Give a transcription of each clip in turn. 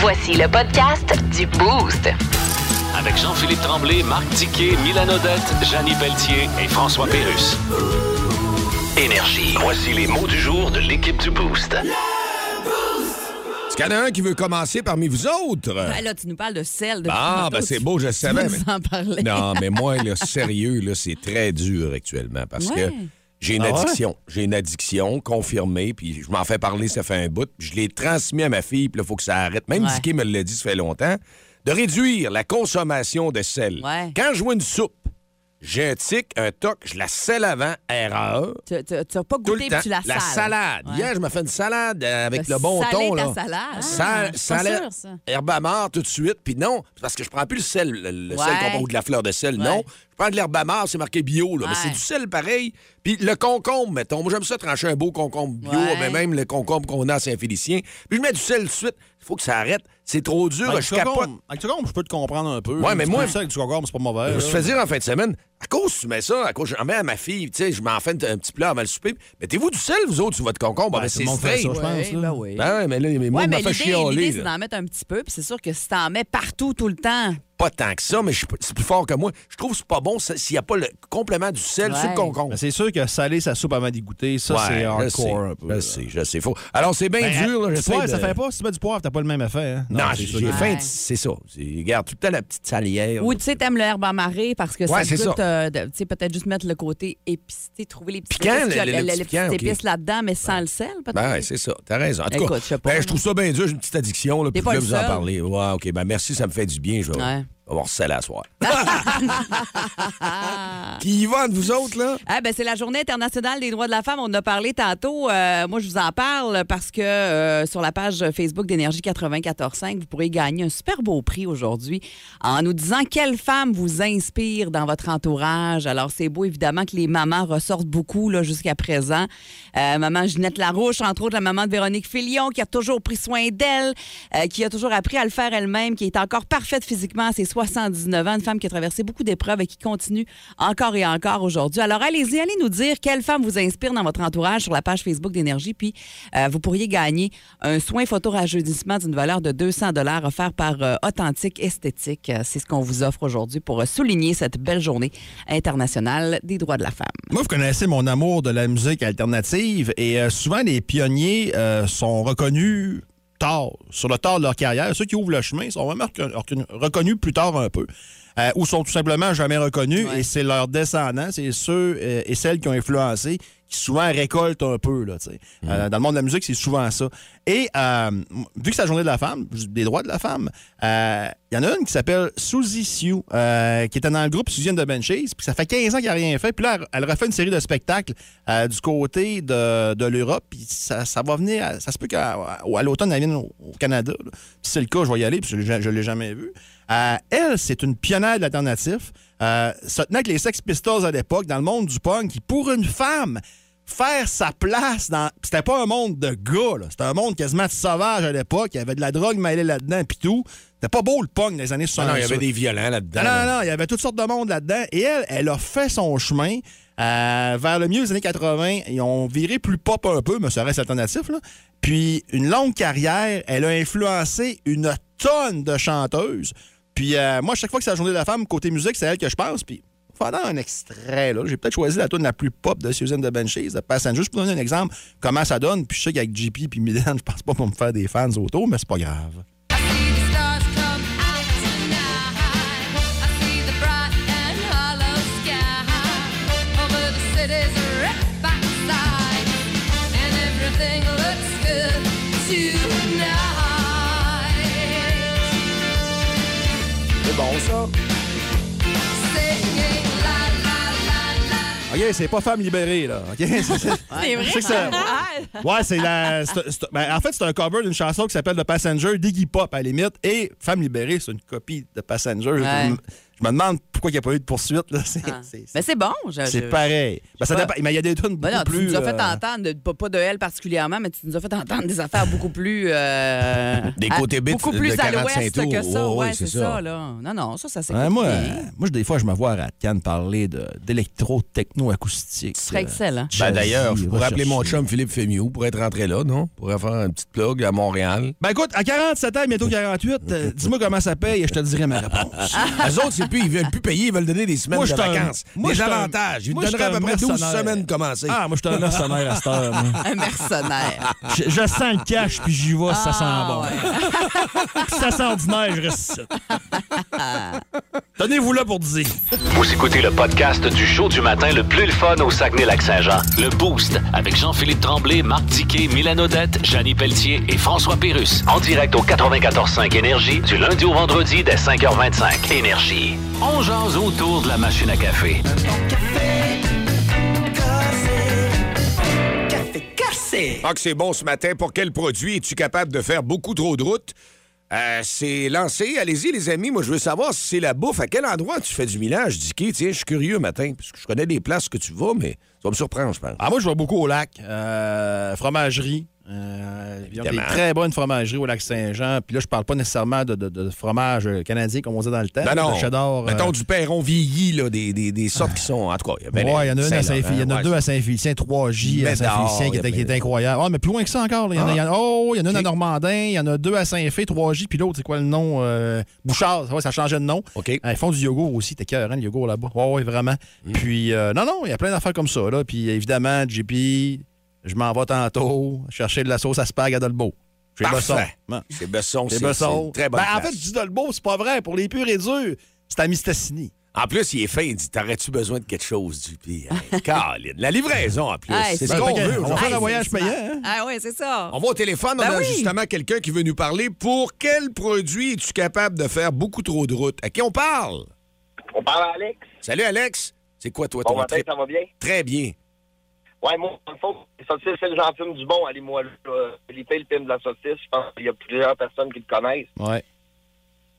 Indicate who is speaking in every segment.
Speaker 1: Voici le podcast du Boost.
Speaker 2: Avec Jean-Philippe Tremblay, Marc Tiquet, Milan Odette, Janine Pelletier et François Pérus. Énergie. Voici les mots du jour de l'équipe du Boost.
Speaker 3: Est-ce qu'il y en a un qui veut commencer parmi vous autres?
Speaker 4: Ah, là, tu nous parles de sel. depuis
Speaker 3: Ah,
Speaker 4: tantôt.
Speaker 3: ben c'est
Speaker 4: Tu-
Speaker 3: beau, je le
Speaker 4: Tu vas
Speaker 3: savais. mais-
Speaker 4: nous en parler.
Speaker 3: Non, mais moi, là, sérieux, là, c'est très dur actuellement parce
Speaker 4: Ouais.
Speaker 3: que j'ai une addiction. J'ai une addiction confirmée, puis je m'en fais parler, ça fait un bout. puis je l'ai transmis à ma fille, puis il faut que ça arrête. Même
Speaker 4: Ouais.
Speaker 3: Dicky me l'a dit, ça fait longtemps. De réduire la consommation de sel.
Speaker 4: Ouais.
Speaker 3: Quand je vois une soupe, j'ai un tic, un toc, je la selle avant, erreur.
Speaker 4: Tu tu- tu as pas
Speaker 3: Tout
Speaker 4: goûté
Speaker 3: le
Speaker 4: puis
Speaker 3: temps.
Speaker 4: tu la sales.
Speaker 3: salade.
Speaker 4: Ouais.
Speaker 3: Hier, je me fais une salade euh, avec
Speaker 4: T'as
Speaker 3: le bon
Speaker 4: salé
Speaker 3: ton.
Speaker 4: ta
Speaker 3: là.
Speaker 4: salade. Ah,
Speaker 3: Sal-
Speaker 5: je suis pas
Speaker 3: salade.
Speaker 5: sûre, ça.
Speaker 3: Herbe amare tout de suite. Puis non, c'est parce que je prends plus le sel, le, le
Speaker 4: Ouais.
Speaker 3: sel qu'on prend ou de la fleur de sel. Non,
Speaker 4: Ouais.
Speaker 3: je prends de l'herbe amare, c'est marqué bio. Là, Mais
Speaker 4: Ouais.
Speaker 3: c'est du sel pareil. Puis le concombre, mettons. Moi, j'aime ça trancher un beau concombre bio,
Speaker 4: Ouais.
Speaker 3: mais même le concombre qu'on a à Saint-Félicien. Puis je mets du sel tout de suite. Il faut que ça arrête. C'est trop dur.
Speaker 6: Avec
Speaker 3: je
Speaker 6: Ben, du
Speaker 3: capote.
Speaker 6: concombre. Avec du concombre, je peux te comprendre un peu.
Speaker 3: Ouais, mais
Speaker 6: Tu
Speaker 3: moi-
Speaker 6: fais ça avec du concombre, c'est pas mauvais.
Speaker 3: Je me
Speaker 6: là.
Speaker 3: suis fait dire en fin de semaine, à cause que tu mets ça, à cause que j'en mets à ma fille, tu sais, je m'en fais un petit plat avant le souper. Mettez-vous du sel, vous autres, sur votre concombre. Ah, ben,
Speaker 6: Ouais, tout
Speaker 3: c'est
Speaker 6: le monde fait
Speaker 3: straight.
Speaker 6: ça, je pense.
Speaker 4: Ouais,
Speaker 6: là.
Speaker 4: ben oui.
Speaker 3: Ben ouais, mais là, mais moi,
Speaker 4: Ouais,
Speaker 3: il m'a
Speaker 4: mais
Speaker 3: fait
Speaker 4: l'idée, l'idée,
Speaker 3: chialer.
Speaker 4: c'est
Speaker 3: là.
Speaker 4: d'en mettre un petit peu, puis c'est sûr que si t'en mets partout, tout le temps,
Speaker 3: Pas tant que ça, mais je suis pas- c'est plus fort que moi. Je trouve que c'est pas bon ça- s'il n'y a pas le complément du sel sur le
Speaker 4: Ouais.
Speaker 3: concombre.
Speaker 6: Ben, c'est sûr que saler sa soupe avant d'y goûter, ça,
Speaker 3: Ouais,
Speaker 6: c'est
Speaker 3: je
Speaker 6: hardcore
Speaker 3: sais,
Speaker 6: un peu.
Speaker 4: Euh,
Speaker 3: Je
Speaker 6: là.
Speaker 3: sais, je sais. Faut... Alors, c'est bien
Speaker 6: Ben,
Speaker 3: dur. là,
Speaker 6: du
Speaker 3: j'essaie
Speaker 6: poivre,
Speaker 3: de-
Speaker 6: ça fait pas. Si tu mets du poivre, t'as pas le même effet. hein?
Speaker 3: Non,
Speaker 6: c'est
Speaker 3: j'ai
Speaker 6: sûr.
Speaker 3: j'ai
Speaker 4: que-
Speaker 3: faim,
Speaker 4: Ouais.
Speaker 3: c'est ça. C'est- Regarde, tout le temps la petite salière.
Speaker 4: ou tu sais, t'aimes l'herbe amarrée parce que
Speaker 3: Ouais,
Speaker 4: ça
Speaker 3: c'est
Speaker 4: te goûte,
Speaker 3: ça.
Speaker 4: euh, de- tu sais, peut-être juste mettre le côté épicé, trouver les petits
Speaker 3: Piquant,
Speaker 4: épices, qu'il y a
Speaker 3: le- le- le petit
Speaker 4: petites
Speaker 3: piquant, ok.
Speaker 4: épices là-dedans, mais sans le sel, peut-être.
Speaker 3: Ben, ouais, c'est ça. T'as raison. En tout
Speaker 4: Écoute,
Speaker 3: cas,
Speaker 4: je sais pas,
Speaker 3: ben,
Speaker 4: là.
Speaker 3: je trouve ça bien dur. J'ai une petite addiction. Là, puis je
Speaker 4: pas
Speaker 3: voulais
Speaker 4: le
Speaker 3: vous en
Speaker 4: seul.
Speaker 3: parler. Ouais, OK. Ben, merci, ça me fait du bien. Je vais
Speaker 4: Ouais.
Speaker 3: avoir sel à soir. Qui y va de vous autres, là?
Speaker 4: Ah ben c'est la Journée internationale des droits de la femme. On en a parlé tantôt. Euh, moi, je vous en parle parce que euh, sur la page Facebook d'Énergie 94.5, vous pourrez gagner un super beau prix aujourd'hui en nous disant quelle femme vous inspire dans votre entourage. Alors, c'est beau, évidemment, que les mamans ressortent beaucoup là, jusqu'à présent. Euh, maman Ginette Larouche, entre autres, la maman de Véronique Fillion, qui a toujours pris soin d'elle, euh, qui a toujours appris à le faire elle-même, qui est encore parfaite physiquement à ses 79 ans, une femme qui a traversé beaucoup d'épreuves et qui continue encore et encore aujourd'hui. Alors allez-y, allez nous dire quelle femme vous inspire dans votre entourage sur la page Facebook d'Énergie, puis euh, vous pourriez gagner un soin photo rajeunissement d'une valeur de 200 dollars offert par euh, Authentique Esthétique. Euh, C'est ce qu'on vous offre aujourd'hui pour euh, souligner cette belle journée internationale des droits de la femme.
Speaker 6: Moi, vous connaissez mon amour de la musique alternative et euh, souvent les pionniers euh, sont reconnus tard, sur le tard de leur carrière. Ceux qui ouvrent le chemin sont vraiment recon- recon- reconnus plus tard un peu. euh, ou sont tout simplement jamais reconnus
Speaker 4: Ouais.
Speaker 6: et c'est leurs descendants, c'est ceux euh, et celles qui ont influencé qui souvent récoltent un peu. Là, tu sais. Euh, dans le monde de la musique, c'est souvent ça. Et euh, vu que c'est la journée de la femme, des droits de la femme, euh, il y en a une qui s'appelle Suzy Sioux, euh, qui était dans le groupe Suzanne de Benchies, puis ça fait 15 ans qu'elle n'a rien fait. Puis là, elle- elle refait une série de spectacles euh, du côté de, de l'Europe, puis ça, ça va venir, à- ça se peut qu'à à l'automne, elle vienne au, au Canada. là. Puis c'est le cas, je vais y aller, puis je ne l'ai jamais vu. Euh, elle, c'est une pionnière de l'alternatif. Euh, se tenait avec les Sex Pistols à l'époque, dans le monde du punk, qui, pour une femme, faire sa place dans. puis C'était pas un monde de gars, là. C'était un monde quasiment de sauvage à l'époque. Il y avait de la drogue mêlée là-dedans, puis tout. C'était pas beau le punk des années 70.
Speaker 3: Ah non, il y
Speaker 6: ça.
Speaker 3: avait des violents là-dedans.
Speaker 6: Non,
Speaker 3: là.
Speaker 6: non, non, il y avait toutes sortes de monde là-dedans. Et elle, elle a fait son chemin euh, vers le milieu des années 80. Ils ont viré plus pop un peu, mais ça reste alternatif. Là. Puis, une longue carrière, elle a influencé une tonne de chanteuses. Puis, euh, moi, chaque fois que c'est la journée de la femme, côté musique, c'est à elle que je pense. Puis, pendant un extrait, là, j'ai peut-être choisi la tune la plus pop de Suzanne de Benchies, de Passenger, juste pour donner un exemple, comment ça donne. Puis, je sais qu'avec JP puis Milan, je pense pas pour me faire des fans autour, mais c'est pas grave. C'est bon, ça. OK, c'est pas femme libérée, là. OK? C'est- c'est- je sais que ça- Ouais, c'est la. c'est- c'est- ben, en fait, c'est un cover d'une chanson qui s'appelle The Passenger d'Iggy Pop, à la limite. Et Femme libérée, c'est une copie de Passenger.
Speaker 4: Ouais.
Speaker 6: Je me- Je me demande pourquoi il n'y a pas eu de poursuite. Là. C'est,
Speaker 4: Ah.
Speaker 6: c'est-
Speaker 4: Mais c'est bon. je-
Speaker 6: c'est
Speaker 4: je-
Speaker 6: pareil. Ben, ça
Speaker 4: pas.
Speaker 6: dépend- Mais il y a des tunes beaucoup
Speaker 4: Ben non, tu
Speaker 6: plus...
Speaker 4: nous as fait
Speaker 6: euh,
Speaker 4: entendre, de- pas, pas de elle particulièrement, mais tu nous as fait entendre des affaires beaucoup plus. euh,
Speaker 3: Des
Speaker 4: à-
Speaker 3: côtés bits
Speaker 4: Beaucoup
Speaker 3: de
Speaker 4: plus à
Speaker 3: 45
Speaker 4: l'ouest que
Speaker 3: tours.
Speaker 4: ça.
Speaker 3: Ouais,
Speaker 4: ouais,
Speaker 3: ouais,
Speaker 4: c'est
Speaker 3: c'est
Speaker 4: ça.
Speaker 3: ça.
Speaker 4: là. Non, non, ça, ça
Speaker 6: Ouais,
Speaker 4: s'écoute
Speaker 6: moi,
Speaker 4: bien.
Speaker 6: euh, moi, des fois, je me vois à Ratcan parler de, euh, d'électro, techno, acoustique.
Speaker 4: Ce serait excellent.
Speaker 3: Ben, D'ailleurs, je pourrais appeler mon chum Philippe Fémiou pour être rentré là, non? Pourrait faire une petite plug à Montréal.
Speaker 6: Ben écoute, à 47 ans, bientôt 48, euh, dis-moi comment ça paye et je te dirai ma réponse.
Speaker 3: Eux autres, c'est plus, ils veulent plus payer, ils veulent donner des semaines
Speaker 6: Moi,
Speaker 3: de
Speaker 6: je suis un-
Speaker 3: vacances.
Speaker 6: moi,
Speaker 3: des
Speaker 6: je suis un-
Speaker 3: avantages. Ils
Speaker 6: moi,
Speaker 3: te
Speaker 6: je suis
Speaker 3: donneraient à
Speaker 6: un
Speaker 3: peu près 12
Speaker 6: mercenaire.
Speaker 3: semaines de commencer.
Speaker 6: ah, moi, je suis un mercenaire à cette heure. moi.
Speaker 4: Un mercenaire.
Speaker 6: Je, je sens le cash, puis j'y vois si ça
Speaker 4: Ah,
Speaker 6: sent bon. Si ça sent ordinaire, je reste ici. Tenez-vous là pour dire.
Speaker 2: Vous écoutez le podcast du show du matin le plus le fun au Saguenay-Lac-Saint-Jean. Le Boost avec Jean-Philippe Tremblay, Marc Tiquet, Milan Odette, Janine Pelletier et François Pérus. En direct au 94.5 Énergie du lundi au vendredi dès 5h25. Énergie. On jase autour de la machine à café.
Speaker 3: Ah, que c'est bon ce matin. Pour quel produit es-tu capable de faire beaucoup trop de route? Euh, c'est lancé. Allez-y, les amis. Moi, je veux savoir si c'est la bouffe. À quel endroit tu fais du millage, Dicky? Tiens, je suis curieux matin, parce que je connais des places que tu vas, mais ça va me surprendre, je pense.
Speaker 6: Ah, moi, je vais beaucoup au lac. Euh, fromagerie. Euh, il y a des
Speaker 3: Évidemment.
Speaker 6: très bonnes fromageries au lac Saint-Jean. Puis là, je parle pas nécessairement de, de- de fromage euh, canadien, comme on disait dans le temps.
Speaker 3: Ben non.
Speaker 6: Le cheddar. euh,
Speaker 3: Mettons du perron vieilli, là, des, des, des sortes qui sont. En tout cas, il y a bien
Speaker 6: ouais, il y en a une à Saint-Félicien. Il y en a
Speaker 3: Ben, Ouais,
Speaker 6: deux à Saint-Félicien, 3J à
Speaker 3: Mais
Speaker 6: Saint-Félicien
Speaker 3: dehors,
Speaker 6: qui,
Speaker 3: il y a
Speaker 6: était- qui
Speaker 3: plein
Speaker 6: est incroyable. Ah, mais plus loin que ça encore. là. Il y en a, il y en a- oh, il y en a une
Speaker 3: ben, Ah!
Speaker 6: à
Speaker 3: Ok.
Speaker 6: Normandin, il y en a deux à Saint-Fé, 3J, puis l'autre, c'est quoi le nom? Euh, Bouchard, ça, va, ça changeait de nom.
Speaker 3: OK. Hmm.
Speaker 6: Ah, ils font du yogourt aussi, t'es cœur, hein, le yogourt là-bas. Ouais, ouais, vraiment. Puis, euh, non, non, il y a plein d'affaires comme ça. Là. Puis, évidemment, JP, je m'en vais tantôt chercher de la sauce à spag à Dolbeau. Chez
Speaker 3: Parfait.
Speaker 6: Besson. Ben,
Speaker 3: C'est Besson,
Speaker 6: chez
Speaker 3: c'est
Speaker 6: Besson.
Speaker 3: c'est une très bonne
Speaker 6: Ben, en
Speaker 3: place.
Speaker 6: fait, je dis Dolbeau, c'est pas vrai. Pour les purs et durs, c'est à Mistassini.
Speaker 3: En plus, il est fin. Il dit T'aurais-tu besoin de quelque chose, du Hey, Caroline. La livraison, en plus.
Speaker 4: Hey,
Speaker 3: c'est ce
Speaker 4: c'est-
Speaker 3: qu'on
Speaker 6: Ben,
Speaker 3: veut.
Speaker 6: on va
Speaker 3: aujourd'hui.
Speaker 6: faire un voyage
Speaker 4: c'est
Speaker 6: payant.
Speaker 4: smart.
Speaker 6: hein?
Speaker 4: Ah ouais, c'est ça.
Speaker 3: On va au téléphone, on
Speaker 4: Ben
Speaker 3: a
Speaker 4: oui.
Speaker 3: justement quelqu'un qui veut nous parler. Pour quel produit es-tu capable de faire beaucoup trop de route? À qui on parle?
Speaker 5: On parle à Alex.
Speaker 3: Salut Alex! C'est quoi toi
Speaker 5: Bon
Speaker 3: ton
Speaker 5: matin,
Speaker 3: trip?
Speaker 5: ça va bien?
Speaker 3: Très bien.
Speaker 5: Ouais, moi, dans le fond, les saucisses, c'est le j'en fume du bon. Allez-moi, là. Philippe, le film de la saucisse, je pense qu'il y a plusieurs personnes qui le connaissent.
Speaker 6: Ouais.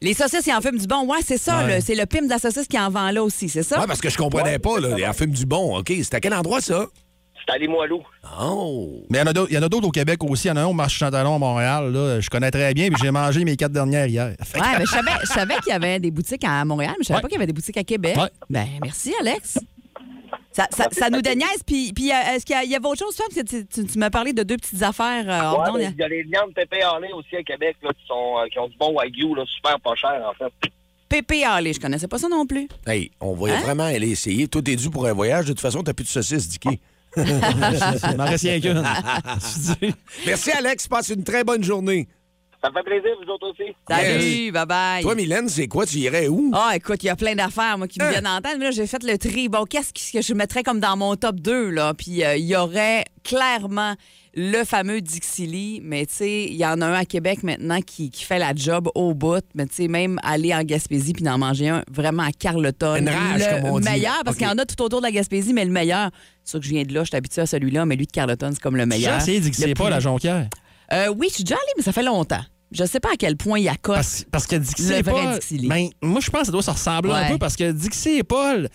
Speaker 4: Les saucisses, ils en fument du bon. Ouais, c'est ça.
Speaker 6: Ouais.
Speaker 4: là. C'est le pime de la saucisse qui en vend là aussi, c'est ça?
Speaker 3: Ouais, parce que je comprenais pas, là. Il en fume du bon, OK. C'est à quel endroit ça?
Speaker 5: C'est allez-moi, loup.
Speaker 3: Oh!
Speaker 6: Mais il y en a d'autres- il y en a d'autres au Québec aussi. Il y en a un au marché Chantalon à Montréal. Là. Je connais très bien, puis j'ai mangé mes quatre dernières hier. Fait que-
Speaker 4: Ouais, ben, je savais, je savais qu'il y avait des boutiques à Montréal, mais je savais
Speaker 6: Ouais.
Speaker 4: pas qu'il y avait des boutiques à Québec.
Speaker 6: Ouais.
Speaker 4: Ben, merci, Alex. Ça, ça- ça nous déniaise. Puis, puis, euh, est-ce qu'il y, a- il y avait autre chose, Fab? Parce que Tu, tu- tu m'as parlé de deux petites affaires. euh, hors
Speaker 5: Ouais,
Speaker 4: d'onde.
Speaker 5: mais il y a les viandes pépé Harley aussi à Québec, là, qui, sont, euh, qui ont du bon wagyu, là, super pas cher, en fait.
Speaker 4: Pépé Allé, je connaissais pas ça non plus.
Speaker 3: Hey, on va vraiment aller essayer. Tout est dû pour un voyage. De toute façon, t'as plus de saucisses, Dicky.
Speaker 6: Il m'en reste rien qu'une.
Speaker 3: Merci, Alex. Passe une très bonne journée.
Speaker 5: Ça me fait plaisir, vous autres aussi.
Speaker 4: Salut, bye-bye.
Speaker 3: Toi, Mylène, c'est quoi? Tu irais où?
Speaker 4: Ah, écoute, il y a plein d'affaires, moi, qui me
Speaker 3: Hein?
Speaker 4: viennent en tête. Mais là, j'ai fait le tri. Bon, qu'est-ce qui- que je mettrais comme dans mon top 2, là? Puis, euh, il y aurait clairement le fameux Dixili. Mais, tu sais, il y en a un à Québec maintenant qui, qui fait la job au bout. Mais, tu sais, même aller en Gaspésie puis d'en manger un vraiment à Carleton.
Speaker 3: Une rage,
Speaker 4: le
Speaker 3: comme on dit.
Speaker 4: meilleur, parce
Speaker 3: Ok.
Speaker 4: qu'il y en a tout autour de la Gaspésie, mais le meilleur. C'est sûr que je viens de là, je suis habituée à celui-là, mais lui de Carleton, c'est comme le
Speaker 6: J'ai
Speaker 4: meilleur.
Speaker 6: essayé de dire que
Speaker 4: Le
Speaker 6: c'est pas
Speaker 4: plus-
Speaker 6: la jonquière.
Speaker 4: Euh, oui, je suis déjà allée, mais ça fait longtemps. Je sais pas à quel point il accote.
Speaker 6: Parce, parce que Dixie
Speaker 4: Le
Speaker 6: et
Speaker 4: vrai
Speaker 6: Paul.
Speaker 4: Dixili.
Speaker 6: Ben, moi, je pense que ça doit se ressembler
Speaker 4: Ouais.
Speaker 6: un peu parce que Dixie et Paul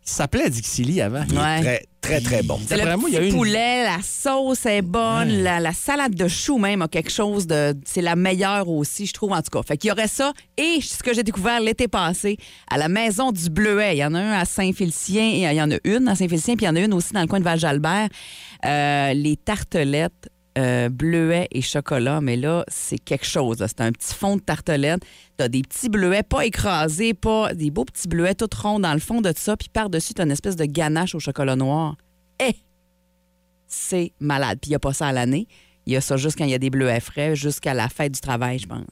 Speaker 6: s'appelaient Dixie Lee avant.
Speaker 4: Ouais.
Speaker 3: Très, très, très bon.
Speaker 4: C'est le
Speaker 6: D'après moi, il y a
Speaker 4: petit
Speaker 6: eu une-
Speaker 4: poulet, la sauce est bonne,
Speaker 6: Ouais.
Speaker 4: la, la salade de choux même a quelque chose de... C'est la meilleure aussi, je trouve, en tout cas. Fait qu'il y aurait ça et ce que j'ai découvert l'été passé à la Maison du Bleuet. Il y en a un à Saint-Félicien et euh, il y en a une à Saint-Félicien puis il y en a une aussi dans le coin de Val-Jalbert. Euh, les tartelettes euh, bleuet et chocolat, mais là, c'est quelque chose. là. C'est un petit fond de tartelette. T'as des petits bleuets pas écrasés, pas des beaux petits bleuets tout ronds dans le fond de ça, puis par-dessus, t'as une espèce de ganache au chocolat noir. Eh! c'est malade. Puis il n'y a pas ça à l'année. Il y a ça juste quand il y a des bleuets frais, jusqu'à la fête du travail, je pense.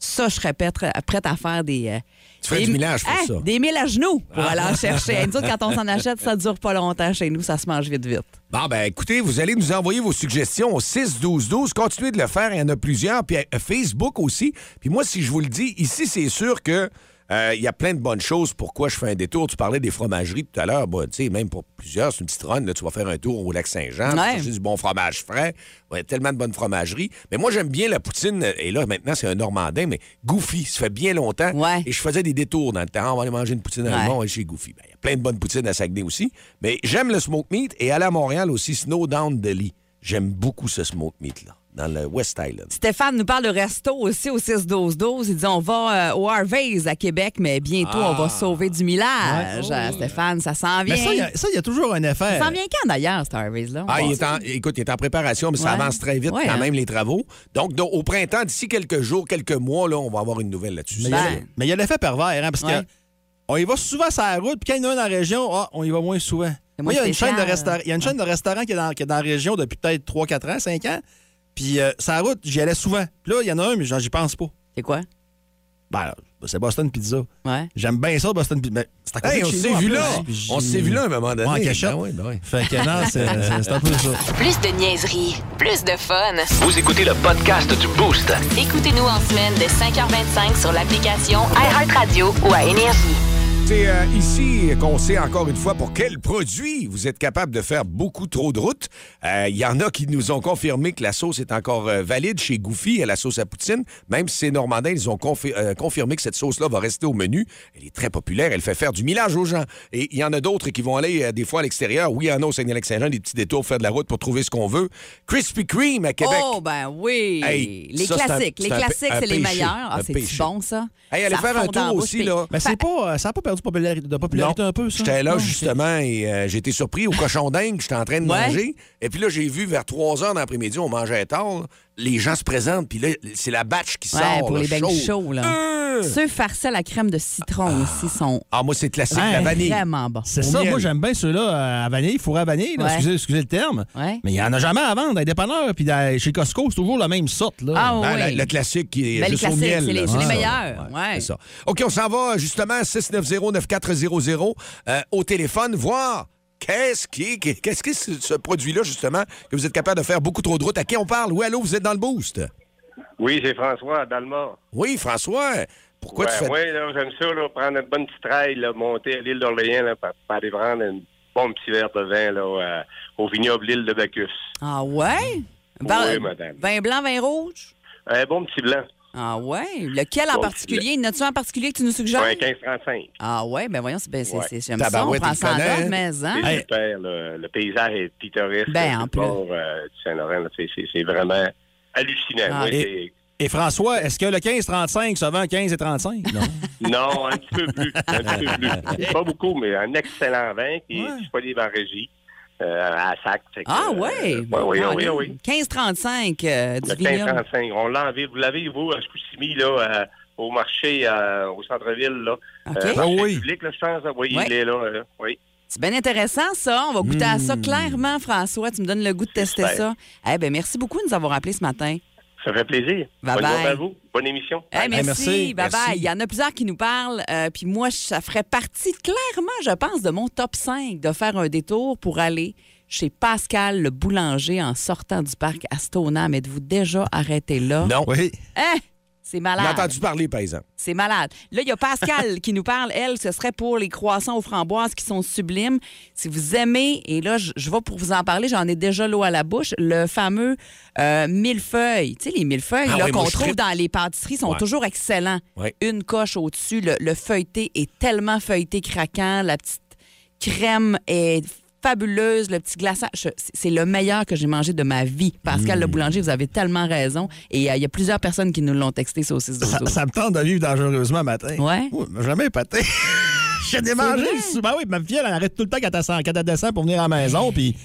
Speaker 4: Ça, je serais prête, prête à faire des. euh,
Speaker 3: Tu ferais
Speaker 4: des-
Speaker 3: du millage pour
Speaker 4: Hey,
Speaker 3: ça.
Speaker 4: Des mille à genoux pour aller en chercher. Nous autres, quand on s'en achète, ça dure pas longtemps chez nous, ça se mange vite, vite.
Speaker 3: Bon, ben écoutez, vous allez nous envoyer vos suggestions au 6-12-12. Continuez de le faire. Il y en a plusieurs. Puis euh, Facebook aussi. Puis moi, si je vous le dis, ici, c'est sûr que Euh, Il y a plein de bonnes choses. Pourquoi je fais un détour? Tu parlais des fromageries tout à l'heure. Bah, tu sais, même pour plusieurs, c'est une petite run. là, tu vas faire un tour au lac Saint-Jean.
Speaker 4: Ouais.
Speaker 3: manger du bon fromage frais. Il y a tellement de bonnes fromageries. Mais moi, j'aime bien la poutine. Et là, maintenant, c'est un Normandin, mais Goofy. Ça fait bien longtemps.
Speaker 4: Ouais.
Speaker 3: Et je faisais des détours dans le temps. Ah, On va aller manger une poutine
Speaker 4: Ouais.
Speaker 3: allemande et chez Goofy. Ben, Il y a plein de bonnes poutines à Saguenay aussi. Mais j'aime le smoke meat. Et aller à Montréal aussi, Snowdown Deli. J'aime beaucoup ce smoke meat-là, dans le West Island.
Speaker 4: Stéphane nous parle de resto aussi au 6-12-12. Il dit on va euh, au Harvey's à Québec, mais bientôt on va sauver du millage. Euh, Stéphane, ça s'en vient.
Speaker 6: Mais ça, il y a- ça, il y a toujours un effet.
Speaker 4: Ça s'en vient quand d'ailleurs, cet Harvey's-là? On
Speaker 3: Ah,
Speaker 4: va-
Speaker 3: il est en, écoute, il est en préparation, mais ça
Speaker 4: Ouais.
Speaker 3: avance très vite
Speaker 4: Ouais,
Speaker 3: quand
Speaker 4: hein.
Speaker 3: même, les travaux. Donc, donc, au printemps, d'ici quelques jours, quelques mois, là, on va avoir une nouvelle là-dessus.
Speaker 6: Mais il y
Speaker 3: C'est
Speaker 6: a-
Speaker 3: sûr.
Speaker 4: Ben.
Speaker 6: mais il y a l'effet pervers, hein, parce
Speaker 4: Ouais.
Speaker 6: que on y va souvent sur la route, puis quand il y en a un dans la région, ah, on y va moins souvent.
Speaker 4: moins
Speaker 6: Moi, il y a une
Speaker 4: spécial.
Speaker 6: chaîne de, resta- il y a une chaîne de restaurants qui est, dans, qui est dans la région depuis peut-être 3, 4 ans, 5 ans. Puis euh, sur la route, j'y allais souvent. Puis là, il y en a un, mais j'en- j'y pense pas.
Speaker 4: C'est quoi?
Speaker 6: Ben, c'est Boston Pizza.
Speaker 4: Ouais.
Speaker 6: J'aime bien ça, Boston Pizza. Mais c'est à côté
Speaker 3: Hey,
Speaker 6: de
Speaker 3: on
Speaker 6: chez
Speaker 3: s'est
Speaker 6: nous, en
Speaker 3: vu
Speaker 6: plus.
Speaker 3: là.
Speaker 6: Puis j'y-
Speaker 3: On s'est vu là un moment donné.
Speaker 6: Ouais, en cachette.
Speaker 3: Ben ouais, ben ouais.
Speaker 6: Fait que non, c'est c'est- c'est un peu ça.
Speaker 1: Plus de niaiserie, plus de fun.
Speaker 2: Vous écoutez le podcast du Boost.
Speaker 1: Écoutez-nous en semaine de 5h25 sur l'application iHeartRadio ou à Énergie.
Speaker 3: C'est euh, ici qu'on sait encore une fois pour quel produit vous êtes capable de faire beaucoup trop de route. Euh, Il y en a qui nous ont confirmé que la sauce est encore euh, valide chez Goofy à la sauce à poutine. Même si c'est normandin, ils ont confi- euh, confirmé que cette sauce-là va rester au menu. Elle est très populaire, elle fait faire du millage aux gens. Et il y en a d'autres qui vont aller euh, des fois à l'extérieur. Oui, il y en a au Saguenay-Lac-Saint-Jean, des petits détours, faire de la route pour trouver ce qu'on veut. Krispy Kreme à Québec.
Speaker 4: Oh, ben oui.
Speaker 3: Hey,
Speaker 4: les
Speaker 3: ça, c'est un-
Speaker 4: classiques.
Speaker 3: c'est
Speaker 4: les
Speaker 3: un pe-
Speaker 4: classiques,
Speaker 3: un
Speaker 4: c'est les
Speaker 3: péché.
Speaker 4: meilleurs. Ah,
Speaker 3: Un
Speaker 4: c'est
Speaker 3: péché.
Speaker 4: bon, ça.
Speaker 3: Hey, allez
Speaker 4: Ça
Speaker 3: faire un
Speaker 4: fond dans la
Speaker 3: tour
Speaker 4: bouche,
Speaker 3: aussi,
Speaker 4: puis-
Speaker 3: là.
Speaker 6: Mais c'est pas, euh, ça n'a pas perdu de populari- de popularité un peu, ça?
Speaker 3: J'étais là,
Speaker 6: Non,
Speaker 3: justement, et euh, j'étais surpris au cochon dingue. J'étais en train de
Speaker 4: Ouais.
Speaker 3: manger. Et puis là, j'ai vu vers 3 heures dans l'après-midi, on mangeait tard. là, Les gens se présentent, puis là, c'est la batch qui
Speaker 4: Ouais,
Speaker 3: sort.
Speaker 4: pour
Speaker 3: là,
Speaker 4: les beignes
Speaker 3: chaude.
Speaker 4: chauds, là.
Speaker 3: Euh!
Speaker 4: Ceux farcis à la crème de citron aussi sont
Speaker 3: Ah, moi, c'est classique, la
Speaker 6: Ouais.
Speaker 3: vanille.
Speaker 4: vraiment bons.
Speaker 6: Hein? C'est
Speaker 3: Au
Speaker 6: ça,
Speaker 3: miel.
Speaker 6: moi j'aime bien ceux-là euh, à vanille, fourré à vanille, là,
Speaker 4: Ouais.
Speaker 6: excusez, excusez le terme.
Speaker 4: Ouais.
Speaker 6: Mais il n'y en a jamais à vendre. Dans les dépanneurs, puis dans- chez Costco, c'est toujours la même sorte. Là.
Speaker 4: Ah,
Speaker 3: Ben,
Speaker 4: oui.
Speaker 3: la- le, classique qui est
Speaker 4: Ben, les
Speaker 3: juste au
Speaker 4: classiques,
Speaker 3: miel.
Speaker 4: c'est les-
Speaker 3: là.
Speaker 4: c'est les
Speaker 3: Ah,
Speaker 4: meilleurs,
Speaker 3: ouais,
Speaker 4: ouais.
Speaker 3: C'est ça. OK, on s'en va justement 690-9400 euh, au téléphone, voir qu'est-ce qui qu'est- qu'est-ce qui est ce, ce produit-là, justement, que vous êtes capable de faire beaucoup trop de route. À qui on parle? Oui, allô, vous êtes dans le boost.
Speaker 5: Oui, c'est François, à Dalmore.
Speaker 3: Oui, François, pourquoi tu fais...
Speaker 5: Oui, là, j'aime ça, là, prendre une bonne petite trail, là, monter à l'île d'Orléans, là, pour pour aller prendre un bon petit verre de vin là, à- au vignoble l'île de Bacchus.
Speaker 4: Ah ouais?
Speaker 5: Oui, madame.
Speaker 4: Vin blanc, vin rouge?
Speaker 5: Un bon petit blanc,
Speaker 4: Ah ouais? Lequel en
Speaker 5: Bon,
Speaker 4: particulier? Y en a-tu un en particulier que tu nous suggères?
Speaker 5: un 1535.
Speaker 4: Ah ouais, ben voyons, c'est ben, c'est-
Speaker 5: Ouais.
Speaker 4: c'est- j'aime ça. On
Speaker 3: Tabarouette,
Speaker 4: prend
Speaker 3: il
Speaker 4: ça en
Speaker 3: connaît,
Speaker 4: note,
Speaker 3: hein?
Speaker 4: mais hein?
Speaker 5: C'est
Speaker 6: Hey.
Speaker 5: super, là. le paysage est pittoresque.
Speaker 4: Ben,
Speaker 5: là,
Speaker 4: en
Speaker 5: du
Speaker 4: plus.
Speaker 5: bord, euh, du Saint-Laurent, là, c'est- c'est c'est vraiment hallucinant.
Speaker 4: Ah.
Speaker 5: Moi,
Speaker 6: Et- Et François, est-ce que le 15-35 se vend 15 et 35? Non.
Speaker 5: c'est- Non, un petit peu plus. Un petit peu plus. C'est Pas beaucoup, mais un excellent vin qui
Speaker 6: Ouais.
Speaker 5: est disponible en régie euh, à Sac. Fait que,
Speaker 4: Ah
Speaker 5: euh,
Speaker 4: ouais?
Speaker 5: ouais,
Speaker 4: Ben,
Speaker 5: oui,
Speaker 4: ah,
Speaker 5: oui,
Speaker 4: là,
Speaker 5: oui.
Speaker 4: 15,35 euh, du
Speaker 5: Le
Speaker 4: vignoble.
Speaker 5: 1535, on l'a enlevé. Vous l'avez, vous, à Chicoutimi, là, euh, au marché, euh, au centre-ville, là.
Speaker 4: OK.
Speaker 5: Euh,
Speaker 6: Ah
Speaker 5: marché
Speaker 6: oui.
Speaker 5: public, là, je pense. là. Oui,
Speaker 4: Ouais.
Speaker 5: il est là. euh, oui.
Speaker 4: C'est bien intéressant, ça. On va goûter à
Speaker 3: Hmm.
Speaker 4: ça clairement, François. Tu me donnes le goût de tester
Speaker 5: J'espère.
Speaker 4: ça. Eh ben merci beaucoup de nous avoir appelés ce matin.
Speaker 5: Ça fait plaisir.
Speaker 4: Bye
Speaker 5: Bonne
Speaker 4: bye.
Speaker 5: journée à vous. Bonne émission.
Speaker 4: Eh,
Speaker 6: Eh,
Speaker 4: merci.
Speaker 6: merci.
Speaker 4: Bye bye.
Speaker 6: Merci.
Speaker 4: Il y en a plusieurs qui nous parlent. euh, Puis moi, je- ça ferait partie, clairement, je pense, de mon top 5 de faire un détour pour aller chez Pascal, le boulanger, en sortant du parc à Stoneham. Êtes-vous déjà arrêté là?
Speaker 3: Non.
Speaker 6: oui.
Speaker 4: Hein? C'est
Speaker 3: On a
Speaker 4: malade.
Speaker 3: entendu parler, par exemple.
Speaker 4: C'est malade. Là, il y a Pascal qui nous parle, elle, ce serait pour les croissants aux framboises qui sont sublimes. Si vous aimez, et là, je, je vais pour vous en parler, j'en ai déjà l'eau à la bouche, le fameux euh, millefeuille. Tu sais, les millefeuilles
Speaker 3: Ah
Speaker 4: là,
Speaker 3: oui, moi,
Speaker 4: qu'on
Speaker 3: je
Speaker 4: trouve
Speaker 3: tripe.
Speaker 4: dans les pâtisseries sont
Speaker 3: Ouais.
Speaker 4: toujours excellents.
Speaker 3: Ouais.
Speaker 4: Une coche au-dessus, le, le feuilleté est tellement feuilleté, craquant, la petite crème est fabuleuse, le petit glaçage. Je- C'est le meilleur que j'ai mangé de ma vie. Pascal Le
Speaker 6: Mmh.
Speaker 4: Boulanger, vous avez tellement raison. Et euh, il y a plusieurs personnes qui nous l'ont texté, ça aussi.
Speaker 6: Ça, ça me tente de vivre dangereusement matin.
Speaker 4: Ouais.
Speaker 6: Ouh, mais jamais épaté. J'ai démangé.
Speaker 4: vrai?
Speaker 6: Ben oui, ma fille, elle arrête tout le temps quand elle, sent- quand elle descend pour venir à la maison. Puis.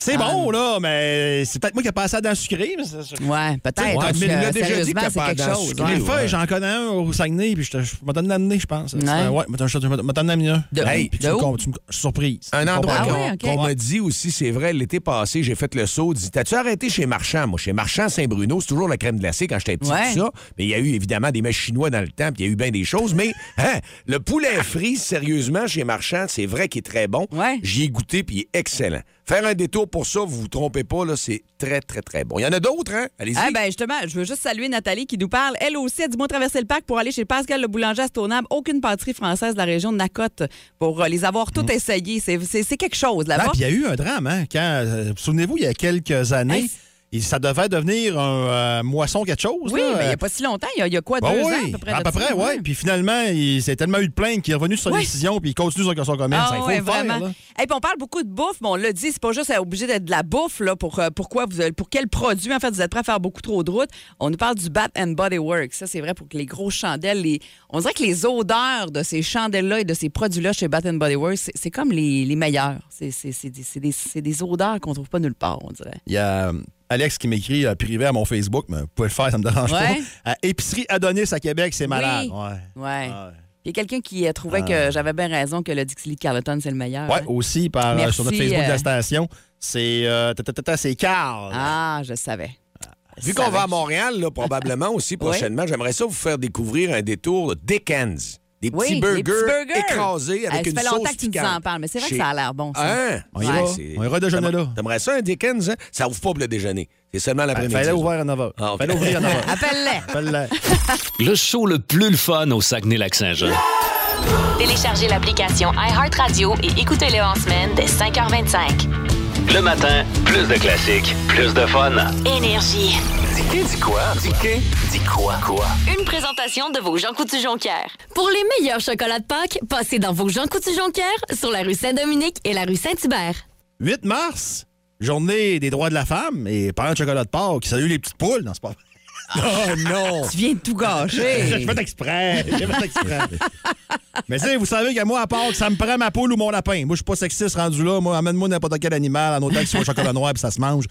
Speaker 6: C'est
Speaker 4: Ah.
Speaker 6: bon, là, mais c'est peut-être moi qui ai passé à dents sucrée. Mais ça- ça-
Speaker 4: Ouais,
Speaker 6: Ouais,
Speaker 4: peut-être. parce que
Speaker 6: mais il
Speaker 3: déjà
Speaker 6: l'a
Speaker 3: dit
Speaker 4: sérieusement,
Speaker 3: que
Speaker 4: c'est
Speaker 3: t'as
Speaker 4: quelque
Speaker 3: pas
Speaker 4: chose.
Speaker 3: d'asthme.
Speaker 4: ouais.
Speaker 6: Les
Speaker 3: ouais.
Speaker 6: feuilles, j'en connais un au Saguenay, puis je te- je m'en donne l'amener, je pense. C'est un- Ouais, m'en- je je- je m'en donne l'amener un.
Speaker 4: De-
Speaker 6: Hey, puis
Speaker 4: de
Speaker 6: tu me
Speaker 4: où?
Speaker 6: com- tu me- je suis surprise.
Speaker 3: Un endroit
Speaker 4: Ah
Speaker 3: qu'on
Speaker 4: ouais, ok.
Speaker 3: qu'on m'a dit aussi, c'est vrai, l'été passé, j'ai fait le saut. Dit, t'as-tu arrêté chez Marchand? Moi, chez Marchand Saint-Bruno, c'est toujours la crème glacée quand j'étais petit,
Speaker 4: Ouais.
Speaker 3: tout ça. Mais il y a eu évidemment des mets chinois dans le temps, puis il y a eu bien des choses. Mais hein, le poulet frit, sérieusement, chez Marchand, c'est vrai qu'il est très bon.
Speaker 4: Ouais.
Speaker 3: J'y ai goûté, puis il est excellent. Faire un détour pour ça, vous vous trompez pas, là, c'est très, très, très bon. Il y en a d'autres, hein? Allez-y.
Speaker 4: Ah ben justement, je veux juste saluer Nathalie qui nous parle. Elle aussi, elle dit moi traverser le parc pour aller chez Pascal le boulanger à Stoneham. Aucune pâtisserie française de la région de Nacote pour euh, les avoir toutes essayées. C'est- C'est c'est quelque chose
Speaker 6: Ah,
Speaker 4: là-bas.
Speaker 6: Mmh. puis il y a eu un drame, hein? Quand, euh, souvenez-vous, il y a quelques années,
Speaker 4: Hey,
Speaker 6: il- ça devait devenir un euh, moisson quelque chose.
Speaker 4: oui,
Speaker 6: là.
Speaker 4: mais il n'y a pas si longtemps. Il y a, il y a quoi,
Speaker 6: Ben
Speaker 4: deux
Speaker 6: oui,
Speaker 4: ans à peu près? de ça,
Speaker 6: oui.
Speaker 4: hein?
Speaker 6: Puis finalement, il s'est tellement eu de plaintes qu'il est revenu sur sa
Speaker 4: Oui.
Speaker 6: décision puis il continue sur son commerce.
Speaker 4: Ah
Speaker 6: Il faut
Speaker 4: ouais,
Speaker 6: le faire,
Speaker 4: vraiment.
Speaker 6: là.
Speaker 4: Et puis on parle beaucoup de bouffe, mais on l'a dit, c'est pas juste euh, obligé d'être de la bouffe là, pour euh, pourquoi vous euh, pour quel produit en fait vous êtes prêt à faire beaucoup trop de route. On nous parle du Bat and Body Works, ça c'est vrai pour que les grosses chandelles, les... on dirait que les odeurs de ces chandelles là et de ces produits là chez Bat and Body Works, c'est- c'est comme les, les meilleurs. C'est c'est- c'est des, c'est des- c'est des odeurs qu'on trouve pas nulle part, on dirait.
Speaker 6: Il y a euh, Alex qui m'écrit euh, privé à mon Facebook, mais vous pouvez le faire, ça me dérange
Speaker 4: Ouais.
Speaker 6: pas. À Épicerie Adonis à Québec, c'est malade.
Speaker 4: Oui.
Speaker 6: Ouais.
Speaker 4: Ouais.
Speaker 6: Ah ouais. Ah
Speaker 4: Il y a quelqu'un qui euh, trouvait que j'avais bien raison que le Dixie Carleton c'est le meilleur.
Speaker 6: Ouais,
Speaker 4: hein.
Speaker 6: aussi par, euh, sur notre
Speaker 4: Merci,
Speaker 6: Facebook de
Speaker 4: euh,
Speaker 6: la station, c'est euh, ta- ta- ta- ta- c'est Carl.
Speaker 4: Ah, je savais.
Speaker 3: Vu
Speaker 4: Je
Speaker 3: qu'on
Speaker 4: savais.
Speaker 3: va à Montréal, là, probablement aussi prochainement, j'aimerais ça vous faire découvrir un détour de Dickens. Des petits,
Speaker 4: Oui,
Speaker 3: burgers,
Speaker 4: les petits burgers.
Speaker 3: écrasés avec
Speaker 4: Eh,
Speaker 3: une
Speaker 4: Ça fait
Speaker 3: sauce
Speaker 4: longtemps que tu nous en
Speaker 3: piquante.
Speaker 4: parles, mais c'est vrai
Speaker 3: Chez-
Speaker 4: que ça a l'air bon. Ça.
Speaker 3: Hein?
Speaker 6: On y va. On ira déjeuner là.
Speaker 3: T'aimerais ça un Dickens, hein? Ça ouvre pas pour le déjeuner. C'est seulement
Speaker 6: Il
Speaker 3: l'après-midi.
Speaker 6: fallait ouvrir à 9h.
Speaker 3: Ah, ok.
Speaker 6: Fallait ouvrir à 9h.
Speaker 4: Appelle-les.
Speaker 2: Le show le plus le fun au Saguenay-Lac-Saint-Jean.
Speaker 1: Téléchargez l'application iHeartRadio et écoutez-le en semaine dès 5h25.
Speaker 2: Le matin, plus de classiques, plus de fun.
Speaker 1: Énergie.
Speaker 2: Dis quoi? Dis quoi? Quoi?
Speaker 1: Une présentation de vos Jean Coutu Jonquière. Pour les meilleurs chocolats de Pâques, passez dans vos Jean Coutu Jonquière sur la rue Saint-Dominique et la rue Saint-Hubert.
Speaker 6: 8 mars, journée des droits de la femme et parents de chocolat de porc qui salue les petites poules. Non, c'est pas vrai.
Speaker 3: Oh non!
Speaker 4: Tu viens de tout
Speaker 6: Je
Speaker 4: gâcher.
Speaker 6: fais exprès. Je fais exprès. Mais tu sais, vous savez que moi, à part que ça me prend ma poule ou mon lapin. Moi, je suis pas sexiste rendu là. Moi, amène-moi n'importe quel animal, en autant qu'il soit au chocolat noir puis ça se mange.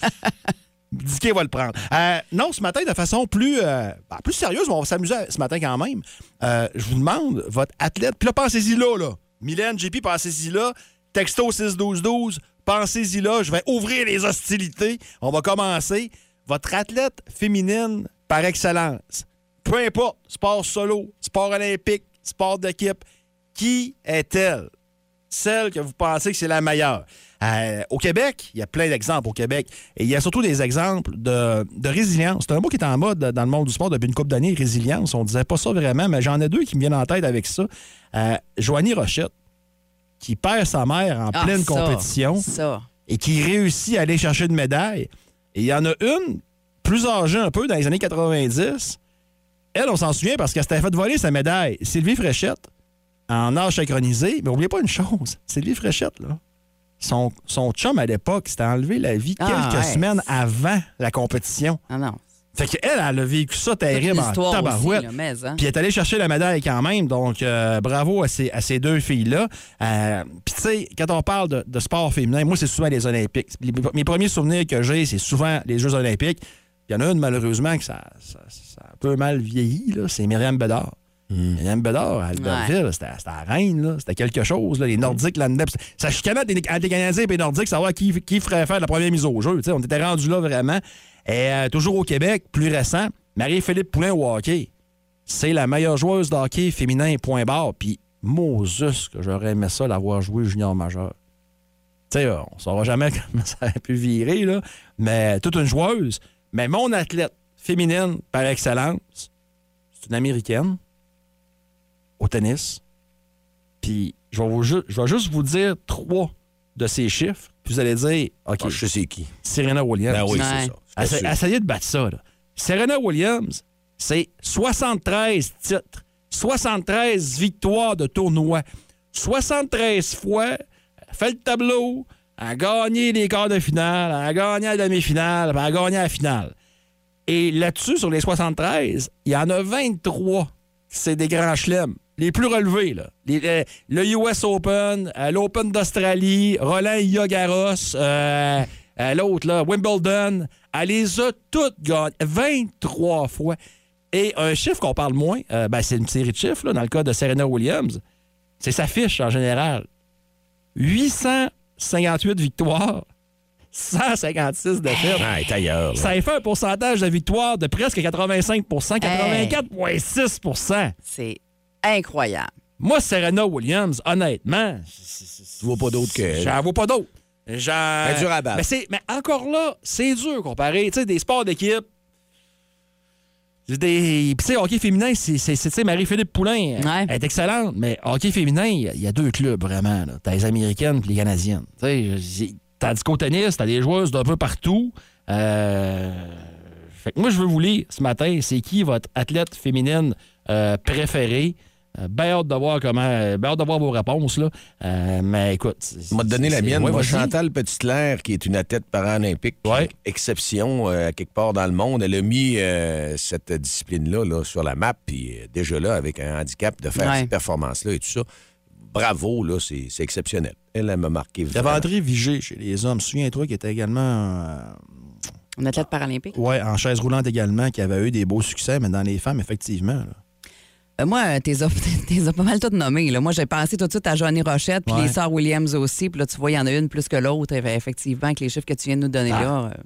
Speaker 6: Dicky va le prendre. Euh, non, ce matin, de façon plus, euh, bah, plus sérieuse, mais on va s'amuser ce matin quand même. Euh, je vous demande, votre athlète, puis là, pensez-y là, là. Mylène, JP, pensez-y là. Texto 6-12-12, pensez-y là. Je vais ouvrir les hostilités. On va commencer. Votre athlète féminine par excellence, peu importe, sport solo, sport olympique, sport d'équipe, qui est-elle? celle que vous pensez que c'est la meilleure. Euh, au Québec, il y a plein d'exemples au Québec. Et il y a surtout des exemples de, de résilience. C'est un mot qui est en mode dans le monde du sport depuis une couple d'années, résilience. On disait pas ça vraiment, mais j'en ai deux qui me viennent en tête avec ça. Euh, Joanie Rochette, qui perd sa mère en
Speaker 4: Ah,
Speaker 6: pleine
Speaker 4: ça,
Speaker 6: compétition
Speaker 4: Ça.
Speaker 6: et qui réussit à aller chercher une médaille. Et il y en a une, plus âgée un peu, dans les années 90. Elle, on s'en souvient parce qu'elle s'était fait voler sa médaille. Sylvie Fréchette, en âge synchronisé. Mais oubliez pas une chose, Sylvie Fréchette, là, son, son chum à l'époque s'était enlevé la vie
Speaker 4: Ah,
Speaker 6: quelques
Speaker 4: ouais.
Speaker 6: semaines avant la compétition.
Speaker 4: Ah non.
Speaker 6: Fait qu'elle, elle a vécu ça terrible en
Speaker 4: l'histoire
Speaker 6: tabarouette.
Speaker 4: aussi, là, mais, hein.
Speaker 6: Puis elle est allée chercher la médaille quand même. Donc, euh, bravo à ces, à ces deux filles-là. Euh, Puis, tu sais, quand on parle de, de sport féminin, moi, c'est souvent les Olympiques. Les- mes premiers souvenirs que j'ai, c'est souvent les Jeux Olympiques. Il y en a une, malheureusement, que ça, ça, ça a un peu mal vieilli, là, c'est Myriam Bédard. Myriam Bédard, à Albertville, c'était c'était la reine, là, c'était quelque chose. là, les Nordiques, là-dedans. Puis Ça chicanait entre les entre les Canadiens et les Nordiques, savoir qui, qui ferait faire la première mise au jeu. tu sais. On était rendu là vraiment. Et euh, toujours au Québec, plus récent, Marie-Philippe Poulin au hockey c'est la meilleure joueuse de hockey féminin, point barre. Puis Moses, que j'aurais aimé ça l'avoir joué junior majeur. Tu sais, euh, on saura jamais comment ça a pu virer, là. Mais toute une joueuse. Mais mon athlète féminine par excellence, c'est une Américaine au tennis. Puis je vais, vous ju- je vais juste vous dire trois de ces chiffres. Puis vous allez dire, OK,
Speaker 3: Ah, je sais qui.
Speaker 6: Serena Williams.
Speaker 3: Ben oui,
Speaker 4: Ouais.
Speaker 3: c'est ça. Je te
Speaker 6: Essa-
Speaker 3: suis.
Speaker 6: Essayez de battre ça. là. Serena Williams, c'est 73 titres, 73 victoires de tournoi, 73 fois, elle fait le tableau, elle a gagné les quarts de finale, elle a gagné la demi-finale, puis elle a gagné la finale. Et là-dessus, sur les 73, il y en a 23. C'est des grands chelems. Les plus relevés, là. Les- les- le US Open, euh, l'Open d'Australie, Roland Yogaros, euh, euh, l'autre, là, Wimbledon. Elle les a toutes gagnées. 23 fois. Et un chiffre qu'on parle moins, euh, ben, c'est une série de chiffres, là, dans le cas de Serena Williams, c'est sa fiche en général. 858 victoires, 156 défaites.
Speaker 3: Ah, elle est ailleurs. là.
Speaker 6: Ça a fait un pourcentage de victoire de presque 85 84,6
Speaker 4: C'est incroyable.
Speaker 6: Moi, Serena Williams, honnêtement,
Speaker 3: Tu vois pas d'autre que.
Speaker 6: j'en vois pas d'autre.
Speaker 7: Genre.
Speaker 3: Ben, dur à battre.
Speaker 7: Mais, c'est- mais encore là, c'est dur comparé. Tu sais, des sports d'équipe. Des... Puis, tu sais, hockey féminin, c'est, c'est, c'est- tu sais, Marie-Philippe Poulain.
Speaker 4: Ouais.
Speaker 7: Elle est excellente, mais hockey féminin, il y a- il y, a deux clubs vraiment. là. T'as les Américaines et les Canadiennes. Tu sais, j'ai- tandis qu'au tennis, t'as des joueuses d'un peu partout. Euh, Fait que moi, je veux vous lire ce matin, c'est qui votre athlète féminine euh, préférée? Euh, ben hâte de voir comment. euh, ben hâte de voir vos réponses, là. Euh, mais écoute. c'est-
Speaker 3: Je vais te Ah, donner la
Speaker 7: c'est-
Speaker 3: mienne.
Speaker 7: ouais,
Speaker 3: Moi,
Speaker 7: vas-y.
Speaker 3: Chantal Petitclerc, qui est une athlète paralympique,
Speaker 7: Ouais.
Speaker 3: exception euh, à quelque part dans le monde, elle a mis euh, cette discipline-là là, sur la map, puis euh, déjà là, avec un handicap, de faire
Speaker 4: Ouais.
Speaker 3: ces performances-là et tout ça. Bravo, là, c'est c'est exceptionnel. Elle, elle m'a marqué. vraiment.
Speaker 6: Davandry Vigé chez les hommes, souviens-toi qui était également euh,
Speaker 4: Un athlète paralympique.
Speaker 6: ouais, en chaise roulante également, qui avait eu des beaux succès, mais dans les femmes, effectivement. là.
Speaker 4: Euh, Moi, t'es as, t'es as pas mal toutes nommées. Là. Moi, j'ai pensé tout de suite à Johnny Rochette, puis
Speaker 6: Ouais.
Speaker 4: les sœurs Williams aussi. Puis là, tu vois, il y en a une plus que l'autre. Et ben, Effectivement, avec les chiffres que tu viens de nous donner
Speaker 3: Ah.
Speaker 4: là, euh,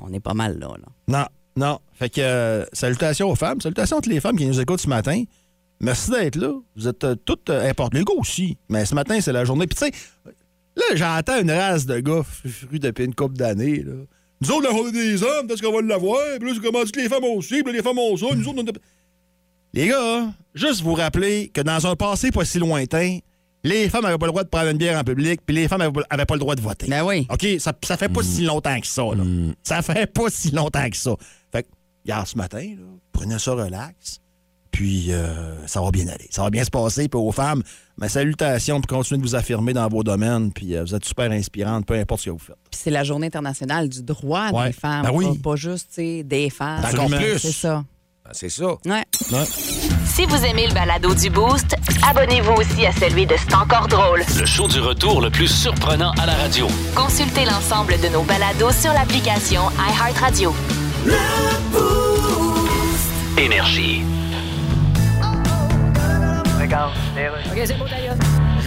Speaker 4: on est pas mal là. là.
Speaker 6: Non, non. Fait que euh, salutations aux femmes, salutations à toutes les femmes qui nous écoutent ce matin. Merci d'être là. Vous êtes euh, toutes euh, importantes. Les gars aussi. Mais ce matin, c'est la journée. Puis tu sais, là, j'entends une race de gars frus depuis une couple d'années. là. Nous autres, la journée des hommes, peut-être qu'on va l'avoir. Puis là, c'est comment dire que les femmes aussi, puis là, les femmes ont ça. Nous autres, on a- Les gars, hein, juste vous rappeler que dans un passé pas si lointain, les femmes n'avaient pas le droit de prendre une bière en public, puis les femmes n'avaient pas le droit de voter.
Speaker 4: Ben oui.
Speaker 6: OK, ça, ça fait pas si longtemps que ça, là. Ça fait pas si longtemps que ça. Fait que, hier, ce matin, là, prenez ça relax, puis euh, ça va bien aller. Ça va bien se passer, puis aux femmes, ma salutation, puis continuez de vous affirmer dans vos domaines, puis euh, vous êtes super inspirantes, peu importe ce que vous faites.
Speaker 4: Puis c'est la journée internationale du droit
Speaker 6: Ouais.
Speaker 4: des femmes.
Speaker 6: Ben oui.
Speaker 4: pas, pas juste tu sais, des femmes.
Speaker 6: Encore Absolument.
Speaker 3: plus.
Speaker 4: C'est ça.
Speaker 3: Ah, C'est ça.
Speaker 4: Ouais.
Speaker 8: Si vous aimez le balado du Boost, abonnez-vous aussi à celui de C'est encore drôle.
Speaker 2: Le show du retour le plus surprenant à la radio.
Speaker 8: Consultez l'ensemble de nos balados sur l'application iHeartRadio.
Speaker 2: Énergie.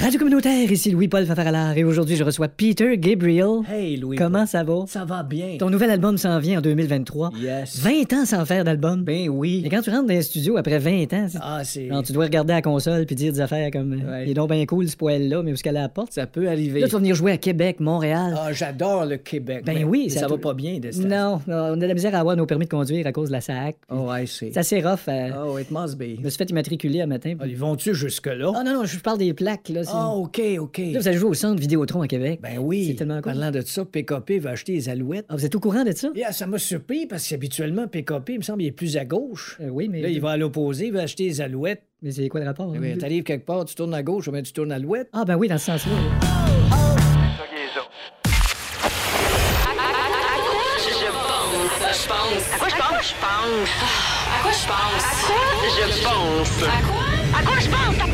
Speaker 9: Radio communautaire, ici Louis-Paul Fafaralard et aujourd'hui je reçois Peter Gabriel.
Speaker 10: Hey Louis.
Speaker 9: Comment ça va?
Speaker 10: Ça va bien.
Speaker 9: Ton nouvel album s'en vient en 2023.
Speaker 10: Yes.
Speaker 9: 20 ans sans faire d'album.
Speaker 10: Ben
Speaker 9: Et
Speaker 10: oui.
Speaker 9: quand tu rentres dans les studios après 20 ans, c'est-
Speaker 10: Ah, c'est.
Speaker 9: genre, tu dois regarder la console puis dire des affaires comme euh,
Speaker 10: Ouais.
Speaker 9: Il est donc bien cool ce poêle-là, mais où est-ce qu'elle apporte?
Speaker 10: Ça peut arriver.
Speaker 9: Là, tu vas venir jouer à Québec, Montréal.
Speaker 10: Ah, j'adore le Québec.
Speaker 9: Ben
Speaker 10: mais-
Speaker 9: oui,
Speaker 10: mais
Speaker 9: ça
Speaker 10: ça,
Speaker 9: doit-
Speaker 10: va pas bien, de
Speaker 9: non, non, on a de la misère à avoir nos permis de conduire à cause de la SAC.
Speaker 10: Oh, I see.
Speaker 9: C'est assez rough. euh,
Speaker 10: Oh, it must be.
Speaker 9: Je me suis fait immatriculer un matin.
Speaker 10: Ah,
Speaker 9: puis-
Speaker 10: ils vont-tu jusque-là?
Speaker 9: Ah non, non, je parle des plaques. Là, c'est-
Speaker 10: Ah, OK, OK.
Speaker 9: Là, vous allez jouer au centre Vidéotron à Québec.
Speaker 10: Ben oui.
Speaker 9: C'est tellement cool.
Speaker 10: Parlant de ça, PKP va acheter les alouettes.
Speaker 9: Ah, vous êtes au courant de ça?
Speaker 10: Yeah, ça m'a surpris parce qu'habituellement, PKP, il me semble, il est plus à gauche.
Speaker 9: Euh, oui, mais.
Speaker 10: Là, il va à l'opposé, il va acheter les alouettes.
Speaker 9: Mais c'est quoi le rapport? hein?
Speaker 10: Oui, T'arrives quelque part, tu tournes à gauche, mais tu tournes à l'ouette.
Speaker 9: Ah, ben oui, dans ce sens-là.
Speaker 8: À quoi je pense? Je pense. À quoi je pense? À quoi je pense? À quoi? À quoi je pense?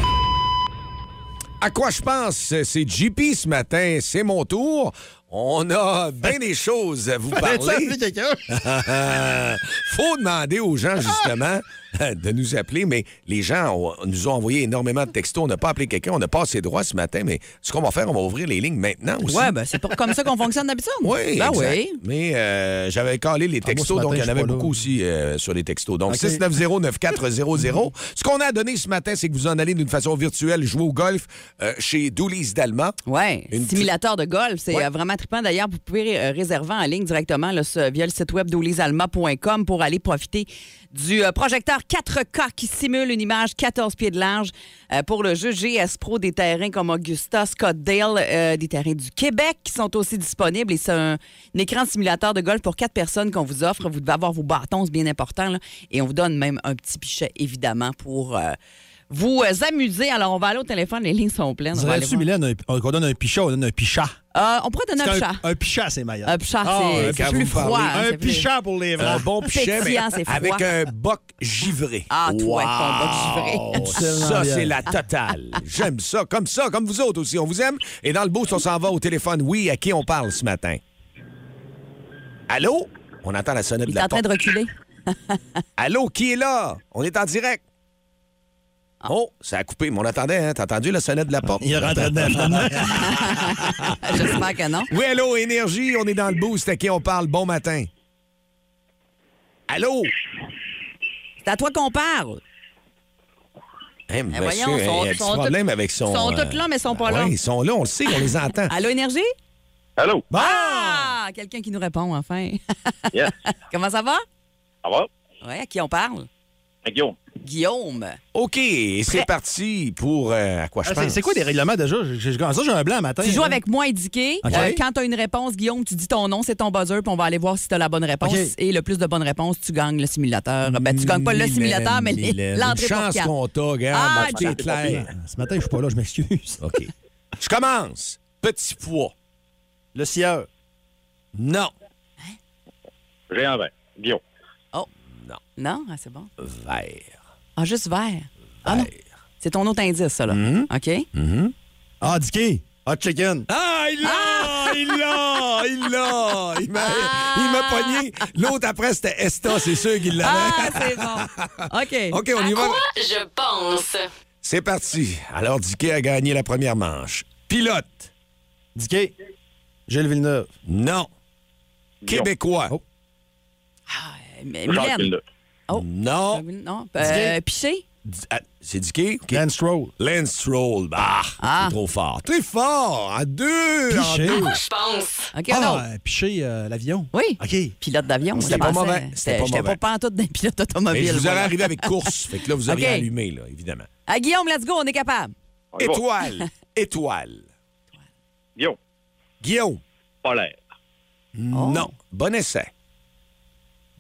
Speaker 3: À quoi je pense? C'est JP ce matin, c'est mon tour. On a bien des choses à vous
Speaker 4: Ben
Speaker 3: parler.
Speaker 6: quelqu'un?
Speaker 3: Euh, faut demander aux gens, justement, de nous appeler, mais les gens ont- nous ont envoyé énormément de textos. On n'a pas appelé quelqu'un, on n'a pas assez droit ce matin, mais ce qu'on va faire, on va ouvrir les lignes maintenant Ah, aussi.
Speaker 4: Ouais, ben c'est pas comme ça qu'on fonctionne d'habitude.
Speaker 3: Oui,
Speaker 4: ben
Speaker 3: exact.
Speaker 4: oui.
Speaker 3: Mais euh, j'avais calé les
Speaker 6: Ah, moi, ce
Speaker 3: textos,
Speaker 6: matin,
Speaker 3: donc il y en
Speaker 6: je suis
Speaker 3: avait
Speaker 6: pas là.
Speaker 3: beaucoup aussi euh, sur les textos. Donc
Speaker 6: Ok.
Speaker 3: 6909400. Ce qu'on a donné ce matin, c'est que vous en allez d'une façon virtuelle jouer au golf euh, chez Doulise Dalma.
Speaker 4: Ouais,
Speaker 3: Une
Speaker 4: simulateur de golf, c'est
Speaker 3: Ouais.
Speaker 4: euh, vraiment trippant. D'ailleurs, vous pouvez euh, réserver en ligne directement là, ce- via le site web d'olisalma.com pour aller profiter du euh, projecteur 4K qui simule une image 14 pieds de large euh, pour le jeu GS Pro des terrains comme Augusta, Scottsdale, euh, des terrains du Québec qui sont aussi disponibles. Et c'est un, un écran de simulateur de golf pour quatre personnes qu'on vous offre. Vous devez avoir vos bâtons, c'est bien important. là. Et on vous donne même un petit pichet, évidemment, pour... euh, vous euh, amuser. Alors, on va aller au téléphone. Les lignes sont pleines. On va aller
Speaker 6: Dirais-tu,
Speaker 4: voir.
Speaker 6: Mylène, un- qu'on donne un pichat, on donne un pichat.
Speaker 4: Euh, on pourrait donner
Speaker 6: C'est
Speaker 4: un chat.
Speaker 6: Un pichat, c'est meilleur.
Speaker 4: Un pichat,
Speaker 6: Ah,
Speaker 4: c'est-
Speaker 6: un
Speaker 4: c'est
Speaker 3: quand
Speaker 4: plus
Speaker 3: vous parlez-
Speaker 4: froid. hein,
Speaker 6: Un
Speaker 4: c'est plus-
Speaker 6: pichat pour les
Speaker 3: Un
Speaker 6: vrais.
Speaker 3: bon pichet, mais
Speaker 4: Pétillant, c'est froid.
Speaker 3: avec un boc givré.
Speaker 4: Ah, toi, avec ton boc
Speaker 3: Wow!
Speaker 6: givré.
Speaker 3: Ça, c'est la totale. J'aime ça, comme ça, comme vous autres aussi. On vous aime. Et dans le boost, on s'en va au téléphone. Oui, à qui on parle ce matin? Allô? On entend la sonnette de
Speaker 4: Il est
Speaker 3: la
Speaker 4: en train
Speaker 3: porte.
Speaker 4: de reculer.
Speaker 3: Allô, qui est là? On est en direct.
Speaker 4: Ah.
Speaker 3: Oh, ça a coupé, mais on attendait, hein? T'as entendu la sonnette de la porte?
Speaker 6: Il est rentré dedans, finalement.
Speaker 4: J'espère que non.
Speaker 3: Oui, allô, Énergie, on est dans le boost. À qui on parle? Bon matin. Allô?
Speaker 4: C'est à toi qu'on parle.
Speaker 3: Eh, monsieur,
Speaker 4: voyons,
Speaker 3: hein,
Speaker 4: sont-
Speaker 3: il y a un petit
Speaker 4: sont
Speaker 3: problème
Speaker 4: tout-
Speaker 3: avec son. euh, ben
Speaker 4: sont toutes là, mais sont pas là.
Speaker 3: Oui, ils sont là, on le sait, on les entend.
Speaker 4: Allô, Énergie?
Speaker 11: Allô?
Speaker 4: Ah! Quelqu'un qui nous répond, enfin.
Speaker 11: Yes.
Speaker 4: Comment ça va?
Speaker 11: Ça va?
Speaker 4: Oui, à qui on parle?
Speaker 11: Guillaume.
Speaker 4: Guillaume.
Speaker 3: OK, c'est parti pour euh, à quoi je
Speaker 6: Ah, c'est-
Speaker 3: pense.
Speaker 6: c'est quoi les règlements déjà? Je- je- je- ça, j'ai un blanc matin.
Speaker 4: Tu joues
Speaker 6: là.
Speaker 4: avec moi, indiqué.
Speaker 6: OK.
Speaker 4: Euh, quand tu as une réponse, Guillaume, tu dis ton nom, c'est ton buzzer, puis on va aller voir si tu as la bonne réponse.
Speaker 6: OK.
Speaker 4: Et le plus de bonnes réponses, tu gagnes le simulateur. Ben, tu gagnes pas le
Speaker 6: Mylène,
Speaker 4: simulateur, mais les-
Speaker 6: Mylène.
Speaker 4: l'entrée pour quatre. Ah,
Speaker 3: ma petite
Speaker 6: Ah,
Speaker 3: Claire.
Speaker 6: Ce matin, je suis pas là, je m'excuse.
Speaker 3: OK. Je commence. Petit pois.
Speaker 6: Le sieur.
Speaker 3: Non.
Speaker 11: Géant vert. Guillaume.
Speaker 4: Oh. Non. Non? Ah, c'est bon.
Speaker 3: Vert.
Speaker 4: Ah, juste vert. Ah non. C'est ton autre indice, ça, là. OK?
Speaker 6: Mm-hmm. Ah, Dicky. Hot chicken.
Speaker 3: Ah, il l'a! Il l'a! Il l'a! Il m'a, il m'a pogné. L'autre après, c'était Esta, c'est sûr qu'il l'avait.
Speaker 8: Ah, c'est bon.
Speaker 3: OK, on y va.
Speaker 8: je pense?
Speaker 3: C'est parti. Alors, Dicky a gagné la première manche. Pilote.
Speaker 6: Dicky. Gilles Villeneuve. Oh.
Speaker 3: Non. Québécois.
Speaker 4: Ah, euh, Mais Mylène. Oh.
Speaker 3: Non.
Speaker 4: Non. Euh, Piché?
Speaker 3: D- ah, C'est Dicky? Lance
Speaker 6: Stroll.
Speaker 3: Lance Stroll. Bah,
Speaker 4: Ah.
Speaker 3: c'est trop fort. Très fort. À deux. en
Speaker 6: Piché.
Speaker 3: deux.
Speaker 8: Ah, pense.
Speaker 4: OK, non.
Speaker 6: Ah, picher euh, l'avion.
Speaker 4: Oui.
Speaker 6: OK.
Speaker 4: Pilote d'avion.
Speaker 6: C'était
Speaker 4: je
Speaker 6: pas
Speaker 4: pensais.
Speaker 6: mauvais. C'était
Speaker 4: C'était-
Speaker 6: pas
Speaker 4: J'étais pas
Speaker 6: mauvais.
Speaker 4: pantoute d'un pilote automobile.
Speaker 3: Mais je vous aurais
Speaker 4: voilà.
Speaker 3: arrivé avec course. Fait que là, vous auriez
Speaker 4: OK.
Speaker 3: allumé, là, évidemment.
Speaker 4: Ah, Guillaume, let's go, on est capable.
Speaker 3: Étoile. Étoile.
Speaker 11: Guillaume.
Speaker 3: Guillaume.
Speaker 11: Polaire.
Speaker 3: Non. Bon essai.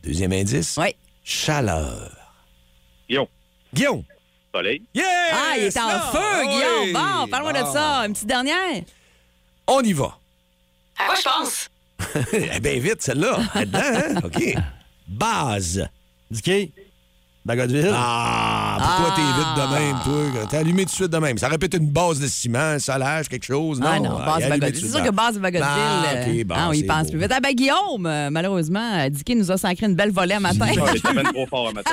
Speaker 3: Deuxième indice.
Speaker 4: Oh. Oui.
Speaker 3: Chaleur.
Speaker 11: Guillaume.
Speaker 3: Guillaume.
Speaker 11: Soleil.
Speaker 4: ah, il est en
Speaker 8: là. Ah
Speaker 4: feu,
Speaker 8: Oui.
Speaker 4: Guillaume. Bon, parle-moi de
Speaker 6: Ah.
Speaker 3: Bon.
Speaker 4: ça. Une petite dernière.
Speaker 3: On y va.
Speaker 8: À quoi je pense?
Speaker 3: Eh bien, vite, celle-là. Là-dedans, hein? OK. Base.
Speaker 6: Dicky. Bagotville.
Speaker 3: Ah, pourquoi t'es vite de même, toi? T'es allumé tout de suite de même. Ça aurait pu être une base de ciment, salage, quelque chose, non?
Speaker 4: ah non,
Speaker 3: il
Speaker 4: base
Speaker 3: est allumé
Speaker 4: Bagotville.
Speaker 3: tout
Speaker 4: C'est
Speaker 3: de
Speaker 4: sûr que
Speaker 3: suite.
Speaker 4: base Bagotville.
Speaker 3: Ah,
Speaker 4: euh,
Speaker 3: OK, bon,
Speaker 4: ah, on y
Speaker 3: c'est
Speaker 4: pense
Speaker 3: beau.
Speaker 4: plus vite. Ah, ben, Guillaume, euh, malheureusement, euh, Dicky nous a sacré une belle volée à matin.
Speaker 11: J'étais bien trop fort à matin.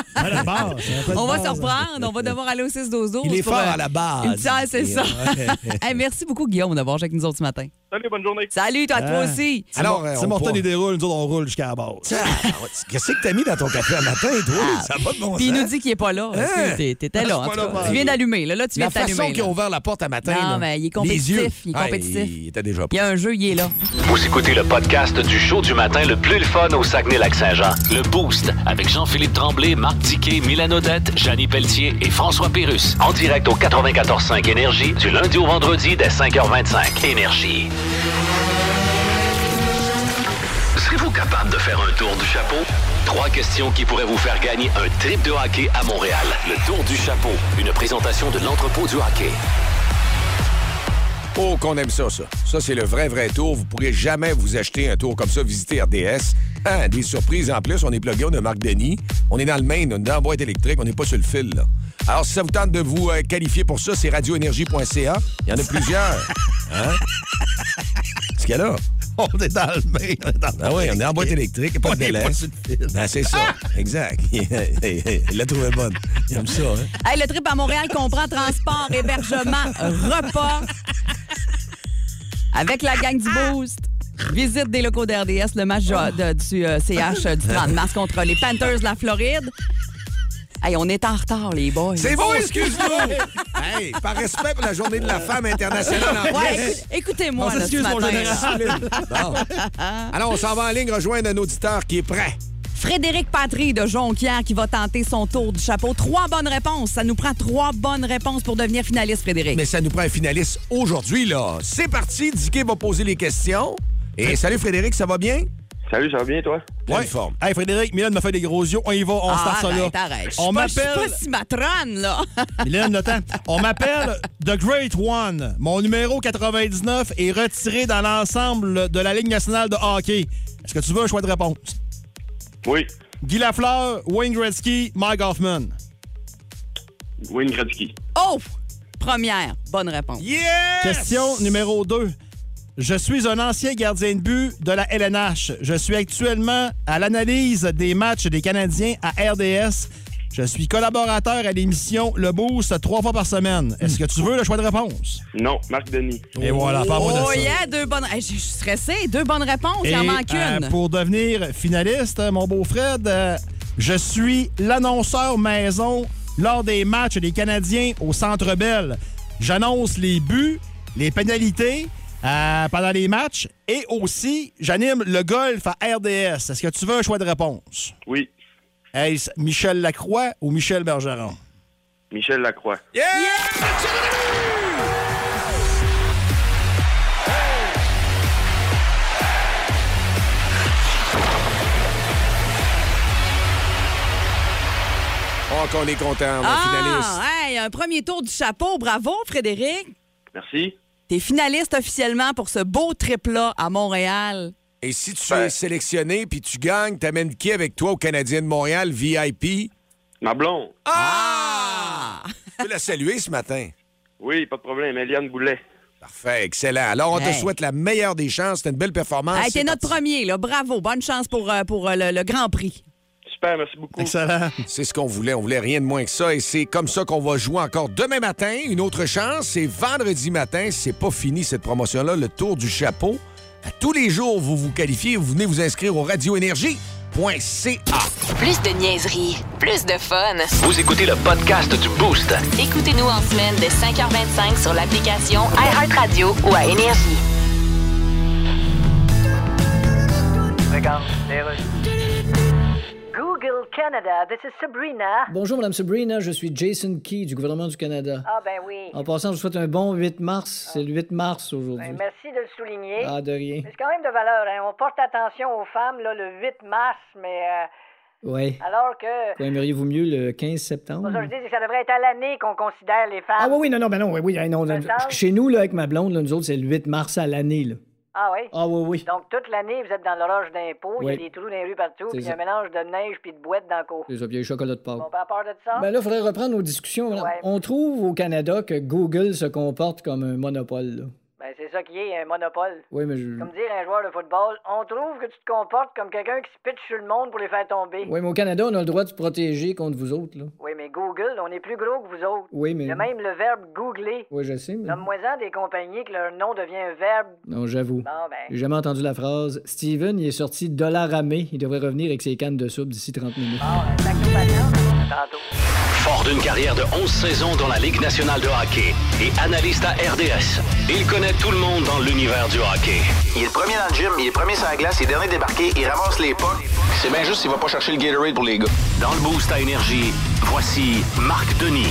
Speaker 4: on va se reprendre. On va devoir aller au 6 12
Speaker 3: Il est fort
Speaker 8: euh,
Speaker 3: à la base.
Speaker 4: euh,
Speaker 8: Ah,
Speaker 4: c'est ça. Hey, merci beaucoup, Guillaume, d'avoir joué avec nous autres ce matin.
Speaker 11: Salut, bonne journée.
Speaker 4: Salut, Ah, toi, toi aussi.
Speaker 3: Alors, euh,
Speaker 6: Ah. C'est
Speaker 3: on
Speaker 6: Morton
Speaker 3: part.
Speaker 6: et déroule, nous autres, on roule jusqu'à la base.
Speaker 3: Ah, Qu'est-ce que t'as mis dans ton café à matin, toi? Ça n'a pas de bon
Speaker 4: Ah, Puis il
Speaker 3: sens.
Speaker 4: nous dit qu'il n'est pas là.
Speaker 3: Hein?
Speaker 4: Excuse, t'es- T'étais là.
Speaker 3: Ah, je
Speaker 4: en
Speaker 3: suis
Speaker 4: tout
Speaker 3: pas là,
Speaker 4: cas.
Speaker 3: pas
Speaker 4: Tu viens
Speaker 3: là.
Speaker 4: d'allumer. Là, là, tu viens
Speaker 3: La
Speaker 4: de
Speaker 3: façon
Speaker 4: t'allumer.
Speaker 3: qu'ils
Speaker 4: là.
Speaker 3: ont ouvert la porte à matin.
Speaker 4: Non,
Speaker 3: là.
Speaker 4: mais il est
Speaker 3: Les
Speaker 4: compétitif,
Speaker 3: yeux.
Speaker 4: il est
Speaker 3: Ah,
Speaker 4: compétitif.
Speaker 3: il était déjà
Speaker 4: Il y a un jeu, il est là.
Speaker 2: Vous écoutez le podcast du show du matin le plus le fun au Saguenay-Lac-Saint-Jean. Le Boost avec Jean-Philippe Tremblay, Marc Tiquet, Milan Odette, Janine Pelletier et François Pérus. En direct au 94.5 Énergie du lundi au vendredi dès 5h25. Énergie. Serez-vous capable de faire un tour du chapeau? Trois questions qui pourraient vous faire gagner un trip de hockey à Montréal. Le tour du chapeau, une présentation de l'entrepôt du hockey.
Speaker 3: Oh, qu'on aime ça, ça. Ça, c'est le vrai, vrai tour. Vous pourrez jamais vous acheter un tour comme ça, visiter RDS. Hein, des surprises en plus. On est plugué, on a Marc Denis. On est dans le Maine, on est dans la boîte électrique, on n'est pas sur le fil, là. Alors, si ça vous tente de vous euh, qualifier pour ça, c'est radioénergie.ca. Il y en a plusieurs. Hein? Ce qu'il y a là?
Speaker 6: On est dans le main. on est dans le
Speaker 3: Ah oui,
Speaker 6: main.
Speaker 3: on est en boîte électrique, pas de
Speaker 6: On est
Speaker 3: délai.
Speaker 6: pas sur le fil.
Speaker 3: Ben, c'est ça. Exact. Il l'a trouvé bonne. Il aime ça, hein?
Speaker 4: Hey, le trip à Montréal comprend transport, hébergement, repas. Avec la gang du Boost. Visite des locaux d'RDS, le match de- du euh, CH euh, du 30 mars contre les Panthers de la Floride. Hey, on est en retard, les boys.
Speaker 3: C'est bon, excuse-nous! hey, par respect pour la journée de la femme internationale en
Speaker 4: Ouais,
Speaker 3: Grèce.
Speaker 4: écoute- écoutez-moi,
Speaker 3: On
Speaker 4: là, ce
Speaker 3: s'excuse, mon
Speaker 4: matin,
Speaker 3: général.
Speaker 4: là.
Speaker 3: Bon. Alors, on s'en va en ligne rejoindre un auditeur qui est prêt.
Speaker 4: Frédéric Patry de Jonquière qui va tenter son tour du chapeau. Trois bonnes réponses. Ça nous prend trois bonnes réponses pour devenir finaliste, Frédéric.
Speaker 3: Mais ça nous prend un finaliste aujourd'hui, là. C'est parti, Dicky va poser les questions. Et salut Frédéric, ça va bien?
Speaker 5: Salut, ça va bien, toi?
Speaker 3: Bonne forme.
Speaker 6: Hey, Frédéric, Mylène m'a fait des gros yeux. On y va, on
Speaker 4: Ah,
Speaker 6: start ça là.
Speaker 4: arrête, arrête.
Speaker 6: On
Speaker 4: Je suis pas-
Speaker 6: m'appelle.
Speaker 4: Je suis pas si matrone, là.
Speaker 6: Mylène, le temps. On m'appelle The Great One. Mon numéro 99 est retiré dans l'ensemble de la Ligue nationale de hockey. Est-ce que tu veux un choix de réponse?
Speaker 11: Oui.
Speaker 6: Guy Lafleur, Wayne Gretzky, Mike Hoffman.
Speaker 11: Wayne Gretzky.
Speaker 4: Oh! Première bonne réponse.
Speaker 3: Yes!
Speaker 6: Question numéro 2. Je suis un ancien gardien de but de la LNH. Je suis actuellement à l'analyse des matchs des Canadiens à RDS. Je suis collaborateur à l'émission Le Boost trois fois par semaine. Est-ce que tu veux le choix de réponse?
Speaker 11: Non, Marc Denis.
Speaker 6: Et voilà, parle-moi de
Speaker 4: Oh
Speaker 6: ça.
Speaker 4: yeah, deux bonnes... Hey, je suis stressée. Deux bonnes réponses, il
Speaker 6: Et,
Speaker 4: en manque
Speaker 6: euh,
Speaker 4: une.
Speaker 6: pour devenir finaliste, euh, mon beau Fred, euh, je suis l'annonceur maison lors des matchs des Canadiens au Centre Bell. J'annonce les buts, les pénalités, euh, pendant les matchs. Et aussi, j'anime le golf à RDS. Est-ce que tu veux un choix de réponse?
Speaker 11: Oui.
Speaker 6: Est-ce Michel Lacroix ou Michel Bergeron?
Speaker 11: Michel Lacroix.
Speaker 3: Oh, qu'on est content, mon finaliste.
Speaker 4: Ah, hey, un premier tour du chapeau. Bravo, Frédéric.
Speaker 11: Merci.
Speaker 4: T'es finaliste officiellement pour ce beau trip-là à Montréal.
Speaker 3: Et si tu
Speaker 5: Ben-
Speaker 3: es sélectionné puis tu gagnes, t'amènes qui avec toi au Canadien de Montréal, VIP?
Speaker 11: Ma blonde.
Speaker 3: Ah! Tu peux la saluer ce matin.
Speaker 11: Oui, pas de problème. Eliane Boulet.
Speaker 3: Parfait, excellent. Alors, on te
Speaker 4: Hey.
Speaker 3: souhaite la meilleure des chances. C'était une belle
Speaker 6: Ah,
Speaker 3: performance.
Speaker 4: Hey, T'es notre premier, là. Bravo. Bonne chance pour, euh, pour euh, le, le Grand Prix.
Speaker 11: Super, merci beaucoup.
Speaker 6: Excellent.
Speaker 3: C'est ce qu'on voulait. On voulait rien de moins que ça. Et c'est comme ça qu'on va jouer encore demain matin. Une autre chance, c'est vendredi matin. C'est pas fini cette promotion-là, le tour du chapeau. À tous les jours, vous vous qualifiez. Vous venez vous inscrire au radioénergie.ca.
Speaker 8: Plus de niaiserie, plus de fun.
Speaker 2: Vous écoutez le podcast du Boost.
Speaker 8: Écoutez-nous en semaine de 5h25 sur l'application iHeartRadio ou à Énergie.
Speaker 12: Google Canada, this is Sabrina.
Speaker 10: Bonjour, Madame Sabrina. Je suis Jason Key du gouvernement du Canada.
Speaker 12: Ah, ben oui.
Speaker 10: En passant, je vous souhaite un bon 8 mars. C'est le 8 mars aujourd'hui.
Speaker 12: Ben, merci de le souligner.
Speaker 10: Ah, de rien.
Speaker 12: Mais c'est quand même de valeur, hein. On porte attention aux femmes, là, le 8 mars, mais. euh,
Speaker 10: Ouais.
Speaker 12: Alors que.
Speaker 10: Quoi, aimeriez-vous mieux le 15 septembre?
Speaker 12: Pour ça, je dis que ça devrait être à l'année qu'on considère les femmes.
Speaker 10: Ah, oui, oui, non, non, ben non, oui, oui, hey, non.
Speaker 12: Ça
Speaker 10: non.
Speaker 12: change?
Speaker 10: Chez nous, là, avec ma blonde, là, nous autres, c'est le 8 mars à l'année, là.
Speaker 12: Ah oui?
Speaker 10: Ah, oui, oui.
Speaker 12: Donc, toute l'année, vous êtes dans l'orage d'impôts, il y a
Speaker 10: Ouais.
Speaker 12: des trous dans les rues partout,
Speaker 10: C'est
Speaker 12: puis il y a un
Speaker 10: ça.
Speaker 12: mélange de neige puis de boîtes dans le cours.
Speaker 10: C'est ça, puis il y a les chocolats de
Speaker 12: On
Speaker 10: Pâques.
Speaker 12: peut avoir peur de ça?
Speaker 10: Ben là, il faudrait reprendre nos discussions. madame.
Speaker 12: Ouais.
Speaker 10: On trouve au Canada que Google se comporte comme un monopole, là.
Speaker 12: Ben, c'est ça qui est, un monopole.
Speaker 10: Oui, mais je...
Speaker 12: Comme dire un joueur de football, on trouve que tu te comportes comme quelqu'un qui se pitche sur le monde pour les faire tomber.
Speaker 10: Oui, mais au Canada, on a le droit de se protéger contre vous autres, là.
Speaker 12: Oui, mais Google, on est plus gros que vous autres.
Speaker 10: Oui, mais-
Speaker 12: Il y a même le verbe googler.
Speaker 10: Oui, je sais, mais...
Speaker 12: Nomme-moi-en des compagnies que leur nom devient un verbe.
Speaker 10: Non, j'avoue.
Speaker 12: Bon, ben.
Speaker 10: J'ai jamais entendu la phrase « Steven, il est sorti dollar ramé. Il devrait revenir avec ses cannes de soupe d'ici 30 minutes.
Speaker 2: Fort d'une carrière de 11 saisons dans la Ligue nationale de hockey et analyste à RDS, il connaît tout le monde dans l'univers du hockey.
Speaker 13: Il est le premier dans le gym, il est premier sur la glace, il est dernier débarqué, il ramasse les pas. C'est bien juste s'il va pas chercher le Gatorade pour les gars.
Speaker 2: Dans le Boost à Énergie, voici Marc Denis.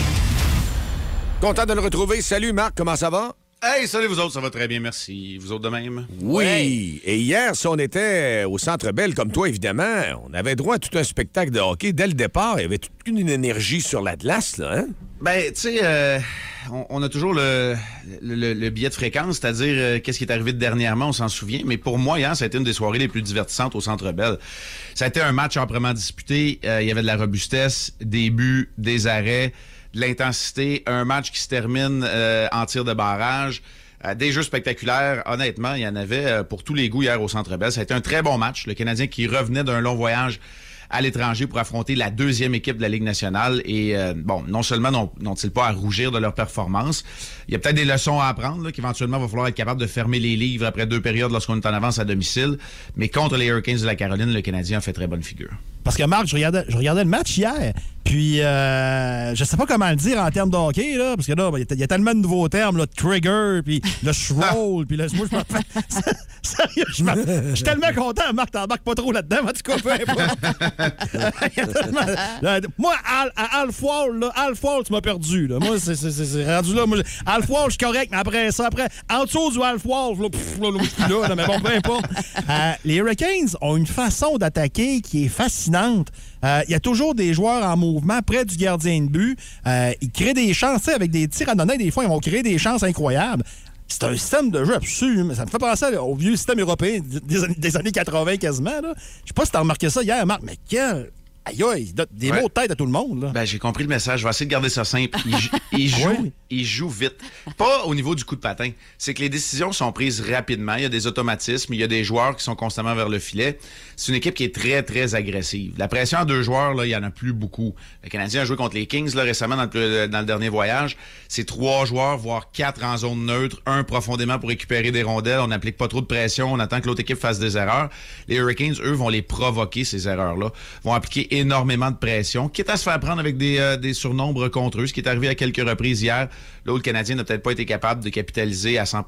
Speaker 3: Content de le retrouver. Salut, Marc. Comment ça va?
Speaker 14: Hey, salut vous autres, ça va très bien, merci. Vous autres de même?
Speaker 3: Oui. Et hier, si on était au Centre Bell, comme toi, évidemment, on avait droit à tout un spectacle de hockey. Dès le départ, il y avait toute une énergie sur la glace, là, hein?
Speaker 14: Ben, tu sais, euh, on, on a toujours le, le, le- le billet de fréquence, c'est-à-dire euh, qu'est-ce qui est arrivé de dernièrement, on s'en souvient. Mais pour moi, hier, ça a été une des soirées les plus divertissantes au Centre Bell. Ça a été un match amplement disputé. Euh, il y avait de la robustesse, des buts, des arrêts, de l'intensité. Un match qui se termine euh, en tir de barrage. Euh, Des jeux spectaculaires, honnêtement, il y en avait euh, pour tous les goûts hier au Centre Bell. Ça a été un très bon match. Le Canadien qui revenait d'un long voyage à l'étranger pour affronter la deuxième équipe de la Ligue nationale. Et euh, bon, non seulement n'ont- n'ont-ils pas à rougir de leur performance, il y a peut-être des leçons à apprendre, là, qu'éventuellement, il va falloir être capable de fermer les livres après deux périodes lorsqu'on est en avance à domicile. Mais contre les Hurricanes de la Caroline, le Canadien a fait très bonne figure.
Speaker 6: Parce que Marc, je regardais, je regardais le match hier, puis euh, je sais pas comment le dire en termes de hockey, là, parce que là, ben, il y a t- il y, a tellement de nouveaux termes, là, trigger, puis le shroll, puis le... Moi, je m'en fais- Sérieux, je m'en- je suis tellement content, Marc, t'embarques pas trop là-dedans, mais en tout cas, peu importe. Il y a tellement- là, Euh, moi, Al- à Alf Wall, là, Alf Wall, tu m'as perdu, là. Moi, c'est- c'est c'est- c'est rendu là. Moi, j'ai- Alf Wall, je suis correct, mais après ça, après, en dessous du Alf Wall, là, pff, là, là, je suis plus là, là, mais bon, peu importe. Euh, les Hurricanes ont une façon d'attaquer qui est fascinante. Euh, Il y a toujours des joueurs en mouvement près du gardien de but. Euh, ils créent des chances, tu sais, avec des tirs à donner, des fois, ils vont créer des chances incroyables. C'est un système de jeu absolument. Ça me fait penser à- au vieux système européen des, années- des années 80 quasiment. là. Je sais pas si t'as remarqué ça hier, Marc, mais quel. Aïe, aïe, il donne des
Speaker 14: Ouais.
Speaker 6: mots de tête à tout le monde. Là.
Speaker 14: Ben, j'ai compris le message. Je vais essayer de garder ça simple. Il, jou- il joue, il joue vite. Pas au niveau du coup de patin. C'est que les décisions sont prises rapidement. Il y a des automatismes. Il y a des joueurs qui sont constamment vers le filet. C'est une équipe qui est très, très agressive. La pression à deux joueurs, là, il y en a plus beaucoup. Le Canadien a joué contre les Kings là, récemment dans le, dans le dernier voyage. C'est trois joueurs, voire quatre en zone neutre. Un profondément pour récupérer des rondelles. On n'applique pas trop de pression. On attend que l'autre équipe fasse des erreurs. Les Hurricanes, eux, vont les provoquer, ces erreurs-là. Vont appliquer énormément de pression, quitte à se faire prendre avec des, euh, des surnombres contre eux, ce qui est arrivé à quelques reprises hier. Là où le Canadien n'a peut-être pas été capable de capitaliser à 100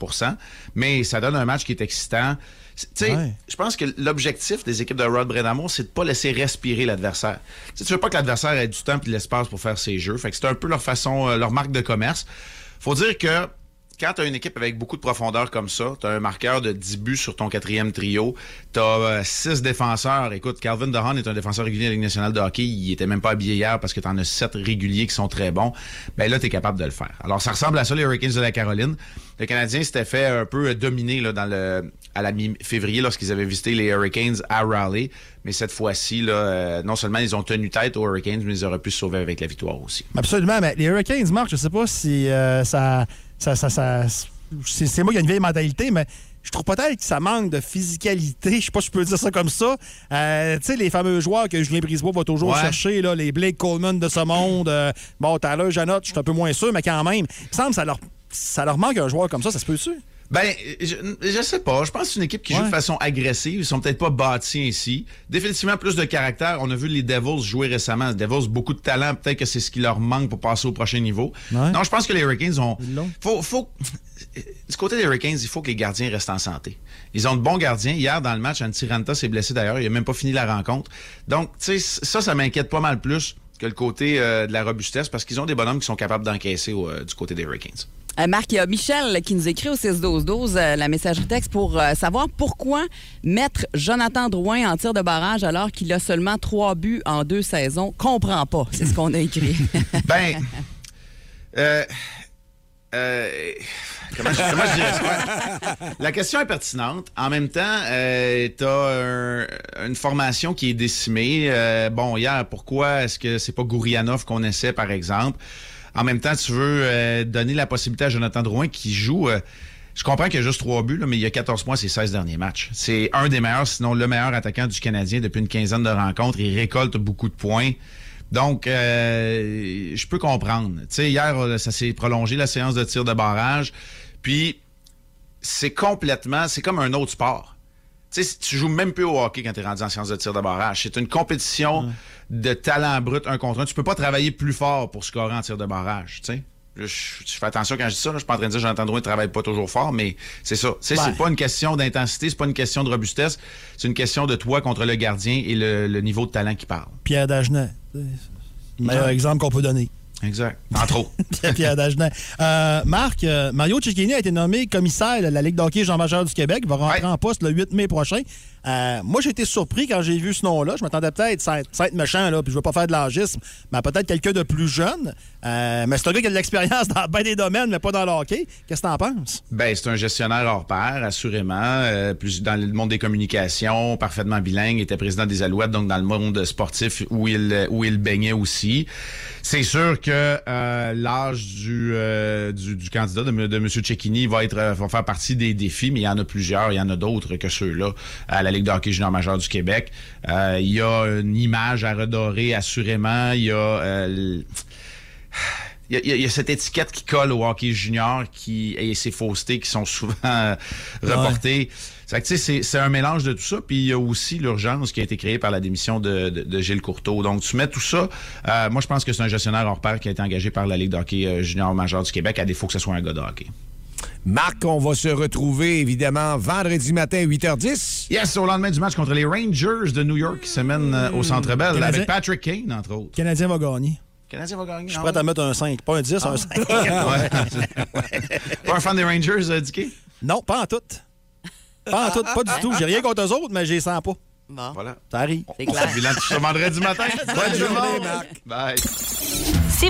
Speaker 14: mais ça donne un match qui est excitant. C'est- Tu sais, je pense que l'objectif des équipes de Rod Brenamo, c'est de pas laisser respirer l'adversaire. Tu sais, tu veux pas que l'adversaire ait du temps et de l'espace pour faire ses jeux. Fait que c'est un peu leur façon, euh, leur marque de commerce. Faut dire que quand tu as une équipe avec beaucoup de profondeur comme ça, tu as un marqueur de 10 buts sur ton quatrième trio, tu as 6 défenseurs. Écoute, Calvin Dohan est un défenseur régulier de la Ligue nationale de hockey. Il était même pas habillé hier parce que tu en as 7 réguliers qui sont très bons. Ben là, tu es capable de le faire. Alors, ça ressemble à ça, les Hurricanes de la Caroline. Le Canadien s'était fait un peu euh, dominer là, dans le, à la mi-février lorsqu'ils avaient visité les Hurricanes à Raleigh. Mais cette fois-ci, là, euh, non seulement ils ont tenu tête aux Hurricanes, mais ils auraient pu se sauver avec la victoire aussi.
Speaker 6: Absolument, mais les Hurricanes, Marc, je sais pas si euh, ça. ça, ça, ça- c'est c'est moi qui ai une vieille mentalité, mais je trouve peut-être que ça manque de physicalité. Je sais pas si je peux dire ça comme ça. Euh, tu sais, les fameux joueurs que Julien Brisebois va toujours
Speaker 14: Ouais.
Speaker 6: chercher, là, les Blake Coleman de ce monde. euh, bon, tout à l'heure, Janotte, je suis un peu moins sûr, mais quand même, il me semble que ça leur, ça leur manque un joueur comme ça, ça se peut-tu?
Speaker 14: Ben, je, je sais pas. Je pense que c'est une équipe qui joue de façon agressive. Ils sont peut-être pas bâtis ainsi. Définitivement, plus de caractère. On a vu les Devils jouer récemment. Les Devils, beaucoup de talent. Peut-être que c'est ce qui leur manque pour passer au prochain niveau.
Speaker 6: Ouais.
Speaker 14: Non, je pense que les Hurricanes ont... Faut, faut... Du côté des Hurricanes, il faut que les gardiens restent en santé. Ils ont de bons gardiens. Hier, dans le match, Antiranta s'est blessé d'ailleurs. Il a même pas fini la rencontre. Donc, tu sais, ça, ça m'inquiète pas mal plus que le côté euh, de la robustesse parce qu'ils ont des bonhommes qui sont capables d'encaisser euh, du côté des Hurricanes.
Speaker 4: Euh, Marc, il y a Michel qui nous écrit au 6-12-12, euh, la messagerie texte, pour euh, savoir pourquoi mettre Jonathan Drouin en tir de barrage alors qu'il a seulement trois buts en deux saisons. Comprends pas, c'est ce qu'on a écrit.
Speaker 14: ben, Euh, euh, comment, je, comment je dirais ça? La question est pertinente. En même temps, euh, tu une formation qui est décimée. Euh, bon, hier, pourquoi est-ce que c'est pas Gourianov qu'on essaie, par exemple? En même temps, tu veux euh, donner la possibilité à Jonathan Drouin qui joue. euh, je comprends qu'il y a juste trois buts, là, mais il y a 14 mois, c'est 16 derniers matchs. C'est un des meilleurs, sinon le meilleur attaquant du Canadien depuis une quinzaine de rencontres. Il récolte beaucoup de points. Donc, euh, je peux comprendre. Tu sais, hier, euh, ça s'est prolongé, la séance de tir de barrage. Puis, c'est complètement, c'est comme un autre sport. Tu sais, tu joues même plus au hockey quand tu es rendu en séance de tir de barrage. C'est une compétition de talent brut un contre un. Tu peux pas travailler plus fort pour scorer en tir de barrage, tu sais. Je, je- je fais attention quand je dis ça. là. Je suis pas en train de dire que Jonathan Drouin ne travaille pas toujours fort, mais c'est ça. Tu sais,
Speaker 6: Ouais.
Speaker 14: C'est pas une question d'intensité, c'est pas une question de robustesse. C'est une question de toi contre le gardien et le, le niveau de talent qui parle.
Speaker 6: Pierre Dagenet. tu sais, c'est Le meilleur
Speaker 14: Ouais.
Speaker 6: exemple qu'on peut donner.
Speaker 14: Exact. Entre autres.
Speaker 6: Pierre Dagenet. Euh, Marc, euh, Mario Cecchini a été nommé commissaire de la Ligue d'hockey Jean-Major du Québec. Il va rentrer en poste le 8 mai prochain. Euh, moi, j'ai été surpris quand j'ai vu ce nom-là. Je m'attendais peut-être, sans, être- sans être méchant, là, puis je veux pas faire de l'âgisme, mais peut-être quelqu'un de plus jeune. Euh, mais c'est un gars qui a de l'expérience dans bien des domaines, mais pas dans le hockey. Qu'est-ce que t'en penses?
Speaker 14: Ben, c'est un gestionnaire hors pair, assurément. Euh, plus dans le monde des communications, parfaitement bilingue, était président des Alouettes, donc dans le monde sportif où il où il baignait aussi. C'est sûr que euh, l'âge du, euh, du du candidat de, M- de M. Cecchini va être euh, va faire partie des défis, mais il y en a plusieurs, il y en a d'autres que ceux-là à la Ligue de hockey junior majeur du Québec. Euh, il y a une image à redorer, assurément. Il y a euh, l- il y a- il y, a- il y a cette étiquette qui colle au hockey junior qui, et ces faussetés qui sont souvent euh, reportées. C'est que, tu sais, C'est c'est un mélange de tout ça. Puis il y a aussi l'urgence qui a été créée par la démission de, de- de Gilles Courteau. Donc tu mets tout ça. euh, moi, je pense que c'est un gestionnaire hors pair qui a été engagé par la Ligue de hockey euh, junior majeur du Québec, à défaut que ce soit un gars de hockey.
Speaker 3: Marc, on va se retrouver évidemment vendredi matin 8h10.
Speaker 14: Yes, au lendemain du match contre les Rangers de New York qui se mène euh, au Centre Bell
Speaker 6: Hmm. Canadien.
Speaker 14: avec Patrick Kane, entre autres.
Speaker 6: Le Canadien va gagner.
Speaker 14: Le Canadien va gagner. ah
Speaker 6: Je suis prêt à mettre un 5, pas un 10, un 5.
Speaker 14: Pas un fan des Rangers, euh, Dicky?
Speaker 6: Non, pas en tout. Pas en tout, pas du tout. J'ai rien contre eux autres, mais j'ai sens pas.
Speaker 14: Voilà.
Speaker 6: Ça arrive.
Speaker 14: C'est clair. bilan de ce vendredi matin. Bonne journée, Marc. Bye.
Speaker 8: Si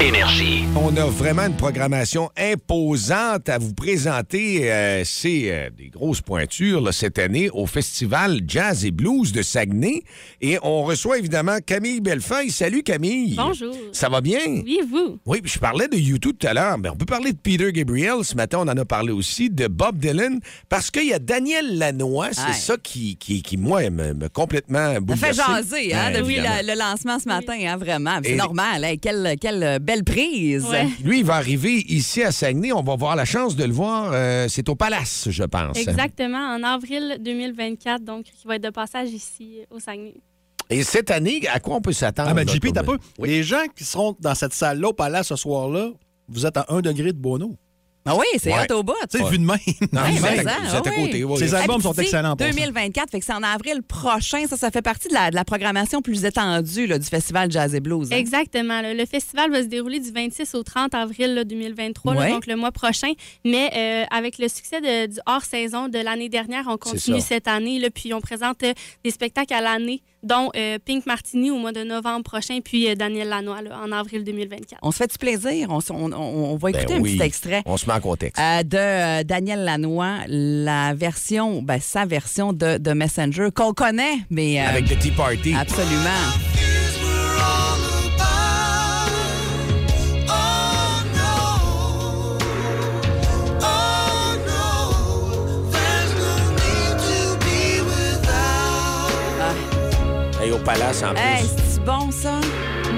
Speaker 2: Énergie.
Speaker 3: On a vraiment une programmation imposante à vous présenter. Euh, C'est euh, des grosses pointures là, cette année au Festival Jazz et Blues de Saguenay. Et on reçoit évidemment Camille Bellefeuille. Salut Camille.
Speaker 15: Bonjour.
Speaker 3: Ça va bien?
Speaker 15: Oui, vous.
Speaker 3: Oui, puis je parlais de YouTube tout à l'heure, mais on peut parler de Peter Gabriel. Ce matin, on en a parlé aussi, de Bob Dylan, parce qu'il y a Daniel Lanois, c'est
Speaker 4: Ouais.
Speaker 3: ça qui, qui, qui, moi, me, me complètement
Speaker 4: Ça fait
Speaker 3: bouleversé.
Speaker 4: jaser, hein, depuis
Speaker 3: Ouais, Ben, évidemment.
Speaker 4: la- le lancement ce matin, hein, vraiment. C'est
Speaker 3: Et-
Speaker 4: normal, hein, quelle, quelle belle prise.
Speaker 3: Lui, il va arriver ici à Saguenay. On va avoir la chance de le voir. euh, c'est au Palace, je pense.
Speaker 15: Exactement, en avril 2024, donc, qui va être de passage ici euh, au Saguenay.
Speaker 3: Et cette année, à quoi on peut s'attendre?
Speaker 6: Ah, ben,
Speaker 3: là,
Speaker 6: JP,
Speaker 3: comme-
Speaker 6: t'as peu. Les gens qui seront dans cette salle-là au palais ce soir-là, vous êtes à un degré de Bono.
Speaker 4: Ah oui, c'est
Speaker 6: Ouais.
Speaker 4: hot au bout.
Speaker 6: Tu sais, vu de main.
Speaker 4: Ouais, mais ça, Ah ouais.
Speaker 6: Ces albums sont
Speaker 4: Puis,
Speaker 6: excellents. pour ça.
Speaker 4: 2024, fait que c'est en avril prochain. Ça, ça fait partie de la, de la programmation plus étendue là, du Festival Jazz et Blues. hein.
Speaker 15: Exactement. là. Le festival va se dérouler du 26 au 30 avril là, 2023, là,
Speaker 4: Ouais.
Speaker 15: donc le mois prochain. Mais euh, avec le succès de- du hors-saison de l'année dernière, on continue
Speaker 16: ça.
Speaker 15: cette année. Là, puis on présente euh, des spectacles à l'année, dont euh, Pink Martini au mois de novembre prochain, puis euh, Daniel Lanois là, en avril 2024.
Speaker 4: On se fait du plaisir. On, s- on- on- on va
Speaker 3: Ben
Speaker 4: écouter
Speaker 3: oui,
Speaker 4: un petit extrait.
Speaker 3: On se met en contexte.
Speaker 4: euh, de euh, Daniel Lanois, la version, ben, sa version de, de Messenger qu'on connaît, mais. euh,
Speaker 3: Avec The Tea Party.
Speaker 4: Absolument.
Speaker 3: Hey, au Palace, en plus.
Speaker 4: Hey, c'est bon ça?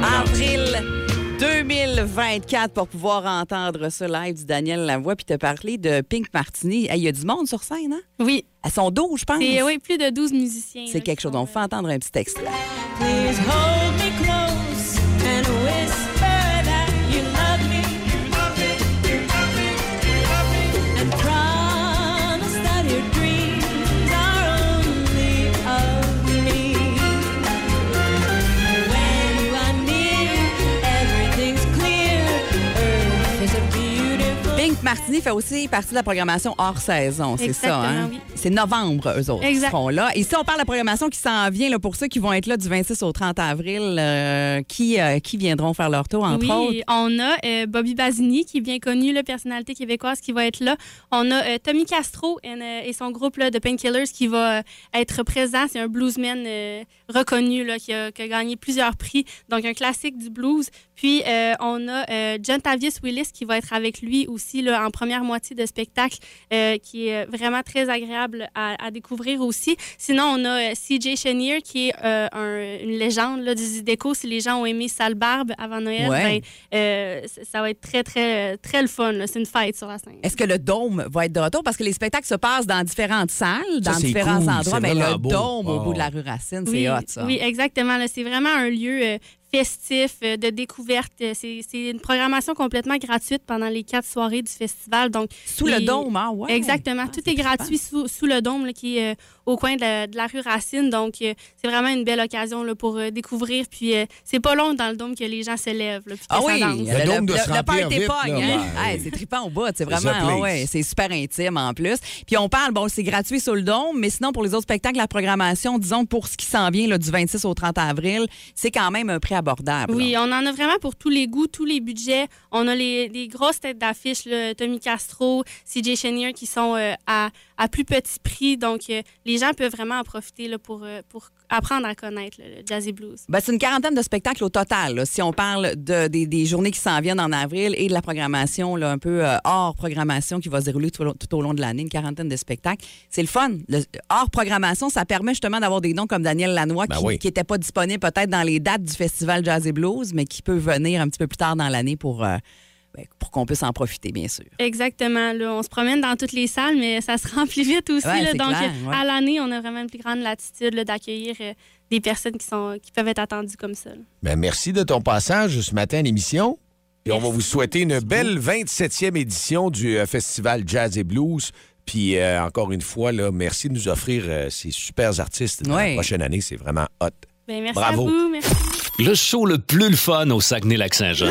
Speaker 4: Avril 2024 pour pouvoir entendre ce live du Daniel Lavoie puis te parler de Pink Martini. Hey, Il y a du monde sur scène, hein?
Speaker 15: Oui.
Speaker 4: Elles sont 12, je pense.
Speaker 15: C'est oui, plus de 12 musiciens.
Speaker 4: C'est quelque chose.
Speaker 15: euh,
Speaker 4: On fait entendre un petit extrait.
Speaker 16: Please hold me close and whisper that you love me. And promise that your dreams are only of me. When you are near, everything's clear. Earth is a beautiful.
Speaker 4: Pink Martini fait aussi partie de la programmation hors saison, c'est ça.
Speaker 16: Exactement,
Speaker 4: Hein?
Speaker 16: oui.
Speaker 4: C'est novembre, eux autres, qui
Speaker 16: Exact.
Speaker 4: seront là. Et si on parle de la programmation qui s'en vient, là, pour ceux qui vont être là du 26 au 30 avril, euh, qui, euh, qui viendront faire leur tour, entre
Speaker 15: oui,
Speaker 4: autres?
Speaker 15: on a euh, Bobby Basini, qui est bien connu, la personnalité québécoise qui va être là. On a euh, Tommy Castro and, euh, et son groupe là, de Painkillers qui va euh, être présent. C'est un bluesman euh, reconnu là, qui, a, qui a gagné plusieurs prix, donc un classique du blues. Puis euh, on a euh, John Tavius Willis qui va être avec lui aussi là, en première moitié de spectacle, euh, qui est vraiment très agréable à, à découvrir aussi. Sinon, on a euh, CJ Chenier qui est euh, un- une légende là, du Zideco. Si les gens ont aimé Sale Barbe avant Noël, ben,
Speaker 4: Ouais.
Speaker 15: euh, c- ça va être très, très, très le fun. là. C'est une fête sur la scène.
Speaker 4: Est-ce que le dôme va être de retour? Parce que les spectacles se passent dans différentes salles,
Speaker 15: Ça,
Speaker 4: dans
Speaker 15: c'est
Speaker 4: différents
Speaker 15: cool,
Speaker 4: endroits,
Speaker 15: c'est
Speaker 4: mais
Speaker 15: vraiment
Speaker 4: le
Speaker 15: beau.
Speaker 4: dôme au
Speaker 15: Oh.
Speaker 4: bout de la rue Racine,
Speaker 15: oui,
Speaker 4: c'est hot, ça.
Speaker 15: Oui, exactement. là. C'est vraiment un lieu euh, festif, euh, de découverte. Euh, C'est c'est une programmation complètement gratuite pendant les quatre soirées du festival. Donc,
Speaker 4: Sous le dôme, ah ouais.
Speaker 15: Exactement. Tout est gratuit sous, sous le dôme là, qui est euh, au coin de la, de la rue Racine. Donc, euh, c'est vraiment une belle occasion là, pour euh, découvrir. Puis, euh, c'est pas long dans le dôme que les gens se lèvent. là, puis que
Speaker 4: Ah
Speaker 15: ça
Speaker 4: oui,
Speaker 15: danse.
Speaker 3: Le dôme doit se
Speaker 4: le
Speaker 3: remplir
Speaker 4: party
Speaker 3: vite,
Speaker 4: pogne,
Speaker 3: là,
Speaker 4: hein?
Speaker 3: ben,
Speaker 4: Hey, c'est trippant au bout, c'est
Speaker 3: Ça,
Speaker 4: vraiment, ah
Speaker 3: please.
Speaker 4: ouais, c'est super intime en plus. Puis on parle, bon, c'est gratuit sur le dôme, mais sinon pour les autres spectacles, la programmation, disons pour ce qui s'en vient là, du 26 au 30 avril, c'est quand même un prix abordable. là.
Speaker 15: Oui, on en a vraiment pour tous les goûts, tous les budgets. On a les, les grosses têtes d'affiche, là, Tommy Castro, CJ Chenier, qui sont euh, à, à plus petit prix. Donc, euh, les gens peuvent vraiment en profiter là, pour, euh, pour apprendre à connaître là, le jazz et blues.
Speaker 4: Ben, c'est une quarantaine de spectacles au total, là, si on parle de, des, des journées qui s'en viennent en avril et de la programmation là, un peu euh, hors programmation qui va se dérouler tout, au long- tout au long de l'année, une quarantaine de spectacles. C'est le fun. Le- hors programmation, ça permet justement d'avoir des noms comme Daniel Lanois
Speaker 16: Ben
Speaker 4: qui
Speaker 16: oui.
Speaker 4: n'était pas disponible peut-être dans les dates du festival Jazz et Blues, mais qui peut venir un petit peu plus tard dans l'année pour, euh, ben, pour qu'on puisse en profiter, bien sûr.
Speaker 15: Exactement. là. on se promène dans toutes les salles, mais ça se remplit vite aussi.
Speaker 4: Ouais,
Speaker 15: là.
Speaker 4: c'est
Speaker 15: donc, euh,
Speaker 4: clair, ouais.
Speaker 15: à l'année, on a vraiment une plus grande latitude là, d'accueillir euh, des personnes qui, sont, qui peuvent être attendues comme ça. là.
Speaker 3: Ben, merci de ton passage ce matin à l'émission. Et on va vous souhaiter une belle 27e édition du euh, Festival Jazz et Blues. Puis euh, encore une fois, là, merci de nous offrir euh, ces super artistes dans la prochaine année. C'est vraiment hot.
Speaker 15: Ben, merci
Speaker 2: Bravo.
Speaker 15: à vous. Merci.
Speaker 2: Le show le plus le fun au Saguenay-Lac-Saint-Jean.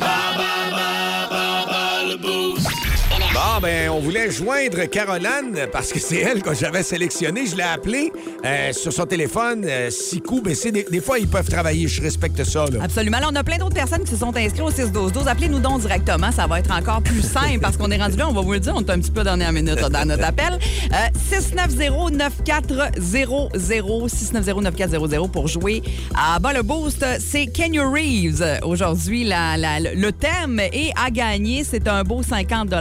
Speaker 2: Bon,
Speaker 3: Bon, ben, on voulait joindre Caroline parce que c'est elle que j'avais sélectionnée. Je l'ai appelée euh, sur son téléphone, euh, six coups. Ben, c'est des, des fois, ils peuvent travailler. Je respecte ça, là.
Speaker 4: Absolument. Là, on a plein d'autres personnes qui se sont inscrites au 6-12-12. Appelez-nous donc directement. Ça va être encore plus simple parce qu'on est rendu là. On va vous le dire, on est un petit peu à la dernière minute là, dans notre appel. Euh, 690-9400. 690-9400 pour jouer à Bas le Boost. C'est Kenny Reeves. euh, Aujourd'hui, la- la- le thème est à gagner. C'est un beau 50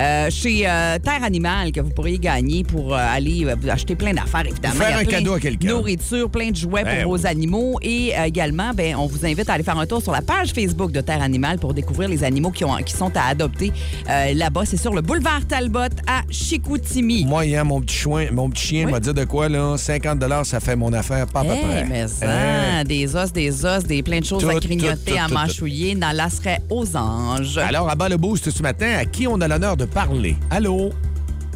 Speaker 4: euh, chez euh, Terre Animale que vous pourriez gagner pour euh, aller euh, vous acheter plein d'affaires, évidemment.
Speaker 3: Faire
Speaker 4: Il y a
Speaker 3: un
Speaker 4: plein
Speaker 3: cadeau à
Speaker 4: de
Speaker 3: quelqu'un.
Speaker 4: Nourriture, plein de jouets
Speaker 3: Ben
Speaker 4: pour
Speaker 3: oui.
Speaker 4: vos animaux. Et euh, également, ben, on vous invite à aller faire un tour sur la page Facebook de Terre Animale pour découvrir les animaux qui, ont, qui sont à adopter euh, là-bas. C'est sur le boulevard Talbot à Chicoutimi.
Speaker 3: Moi, hier, mon petit, chouin, mon petit chien m'a dit de quoi, là? 50 ça fait mon affaire, pas à peu
Speaker 4: Eh,
Speaker 3: près.
Speaker 4: mais ça,
Speaker 3: Hein?
Speaker 4: des os, des os, des plein de choses
Speaker 3: Tout,
Speaker 4: à
Speaker 3: tout,
Speaker 4: grignoter,
Speaker 3: tout,
Speaker 4: à
Speaker 3: tout, tout.
Speaker 4: mâchouiller, dans la serait aux anges.
Speaker 3: Alors, à bas le boost ce matin, à qui on a l'honneur de parler? Allô?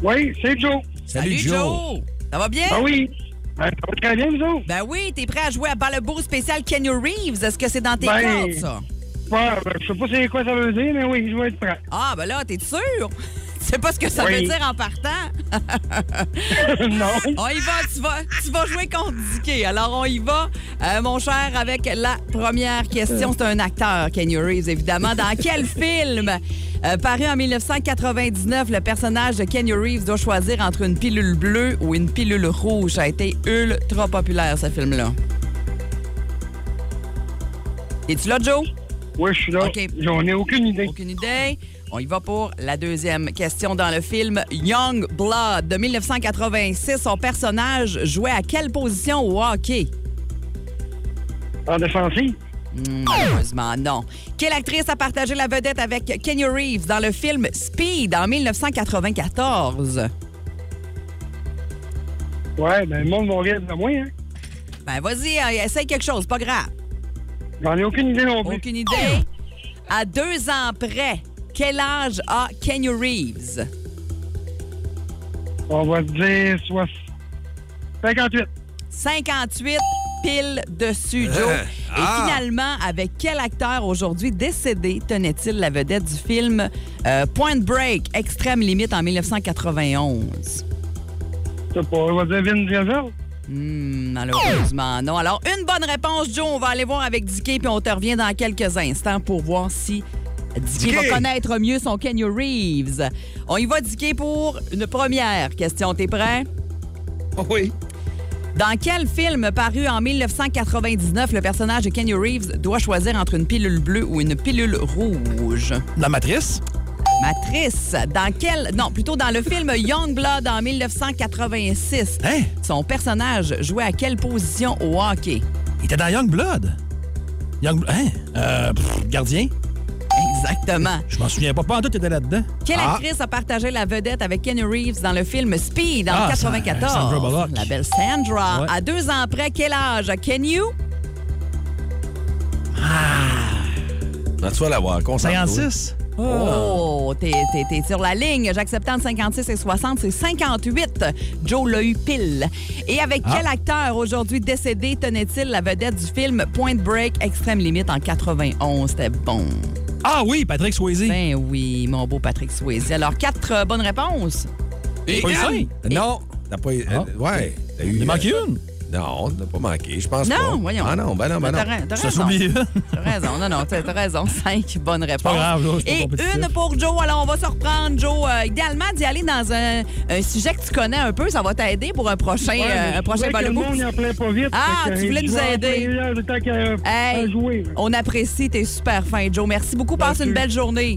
Speaker 17: Oui, c'est Joe.
Speaker 3: Salut, Joe.
Speaker 4: Ça va bien?
Speaker 17: Ben oui. Ben, ça va très bien, vous autres?
Speaker 4: Ben oui, t'es prêt à jouer à Ballebo spécial Kenny Reeves. Est-ce que c'est dans tes
Speaker 17: Ben,
Speaker 4: cordes, ça?
Speaker 17: Ouais, ben, je sais pas c'est quoi ça veut dire, mais oui, je vais être prêt.
Speaker 4: Ah, ben là, t'es sûr? Tu sais pas ce que ça
Speaker 17: Oui.
Speaker 4: veut dire en partant?
Speaker 17: non.
Speaker 4: On y va, tu vas, tu vas jouer contre Dicky. Alors, on y va, euh, mon cher, avec la première question. C'est un acteur, Kenny Reeves, évidemment. Dans quel film, euh, paru en 1999, le personnage de Kenny Reeves doit choisir entre une pilule bleue ou une pilule rouge? Ça a été ultra populaire, ce film-là. Es-tu là, Joe?
Speaker 17: Oui, je suis là. J'en ai aucune idée.
Speaker 4: Aucune idée. On y va pour la deuxième question dans le film Young Blood de 1986. Son personnage jouait à quelle position au hockey?
Speaker 17: En défensive?
Speaker 4: Hmm, Malheureusement, non. Quelle actrice a partagé la vedette avec Kenny Reeves dans le film Speed en 1994?
Speaker 17: Ouais, ben, le monde va rire de moi, hein.
Speaker 4: Ben, vas-y, euh, essaye quelque chose, pas grave.
Speaker 17: J'en ai aucune idée non plus.
Speaker 4: Aucune idée. À deux ans près, quel âge a Kenny Reeves?
Speaker 17: On va dire soit 58.
Speaker 4: 58 pile dessus, Joe.
Speaker 17: Euh,
Speaker 4: Et
Speaker 17: ah.
Speaker 4: finalement, avec quel acteur aujourd'hui décédé tenait-il la vedette du film euh, Point Break, Extrême Limite en 1991?
Speaker 17: Je sais pas, on va dire Vin Diesel.
Speaker 4: Hmm, malheureusement, non. Alors, une bonne réponse, Joe. On va aller voir avec Dicky, puis on te revient dans quelques instants pour voir si Dicky
Speaker 17: Dicky!
Speaker 4: va connaître mieux son Kenny Reeves. On y va, Dicky, pour une première question. T'es prêt?
Speaker 17: Oui.
Speaker 4: Dans quel film paru en 1999, le personnage de Kenny Reeves doit choisir entre une pilule bleue ou une pilule rouge?
Speaker 6: La matrice?
Speaker 4: Matrice. Dans quel. Non, plutôt dans le film Youngblood en 1986.
Speaker 17: Hein?
Speaker 4: Son personnage jouait à quelle position au hockey?
Speaker 6: Il était dans Young Blood. Young Blood. Hein? Euh, pff, gardien?
Speaker 4: Exactement.
Speaker 6: Je m'en souviens pas. Pas en tout, était là-dedans.
Speaker 4: Quelle
Speaker 6: Ah.
Speaker 4: actrice a partagé la vedette avec Kenny Reeves dans le film Speed en
Speaker 6: Ah,
Speaker 4: 1994?
Speaker 6: Sandra Bullock.
Speaker 4: La belle Sandra.
Speaker 6: Ouais.
Speaker 4: À deux ans près, quel âge? Can you?
Speaker 3: Ben, tu vas l'avoir, concentre-toi.
Speaker 6: 56?
Speaker 4: Oh, t'es t'es- t'es sur la ligne. J'accepte entre 56 et 60, c'est 58. Joe l'a eu pile. Et avec
Speaker 6: Ah.
Speaker 4: quel acteur aujourd'hui décédé tenait-il la vedette du film Point Break Extrême Limite en 91? C'était bon.
Speaker 6: Ah oui, Patrick Swayze.
Speaker 4: Ben oui, mon beau Patrick Swayze. Alors, quatre euh, bonnes réponses.
Speaker 3: Et-
Speaker 4: Pas eu
Speaker 3: ah,
Speaker 4: ça?
Speaker 3: Non, t'as pas eu. euh, ouais, t'as eu. Il manqué une? Non, t'as pas manqué, je pense
Speaker 4: Non,
Speaker 3: pas.
Speaker 4: voyons.
Speaker 3: Ah non, ben non, ben
Speaker 4: T'as
Speaker 3: non.
Speaker 4: ra- t'as raison. T'as raison, non, non, t'as t'as raison. Cinq bonnes réponses.
Speaker 6: grave, là, c'est pas
Speaker 4: Et
Speaker 6: compétitif.
Speaker 4: une pour Joe. Alors, on va se reprendre, Joe. Euh, idéalement, d'y aller dans un, un sujet que tu connais un peu. Ça va t'aider pour un prochain,
Speaker 17: Ouais, mais
Speaker 4: euh, un
Speaker 17: je
Speaker 4: prochain
Speaker 8: é
Speaker 17: trouvais que le
Speaker 4: Balobou.
Speaker 17: monde, il en plaît pas vite,
Speaker 4: Ah,
Speaker 17: fait que
Speaker 4: tu voulais
Speaker 17: il
Speaker 4: nous
Speaker 17: jouait en
Speaker 4: aider.
Speaker 17: plein air le temps qu'il y a-
Speaker 4: Hey,
Speaker 17: à jouer, là.
Speaker 4: on apprécie. T'es super fin, Joe. Merci beaucoup. Passe une belle journée.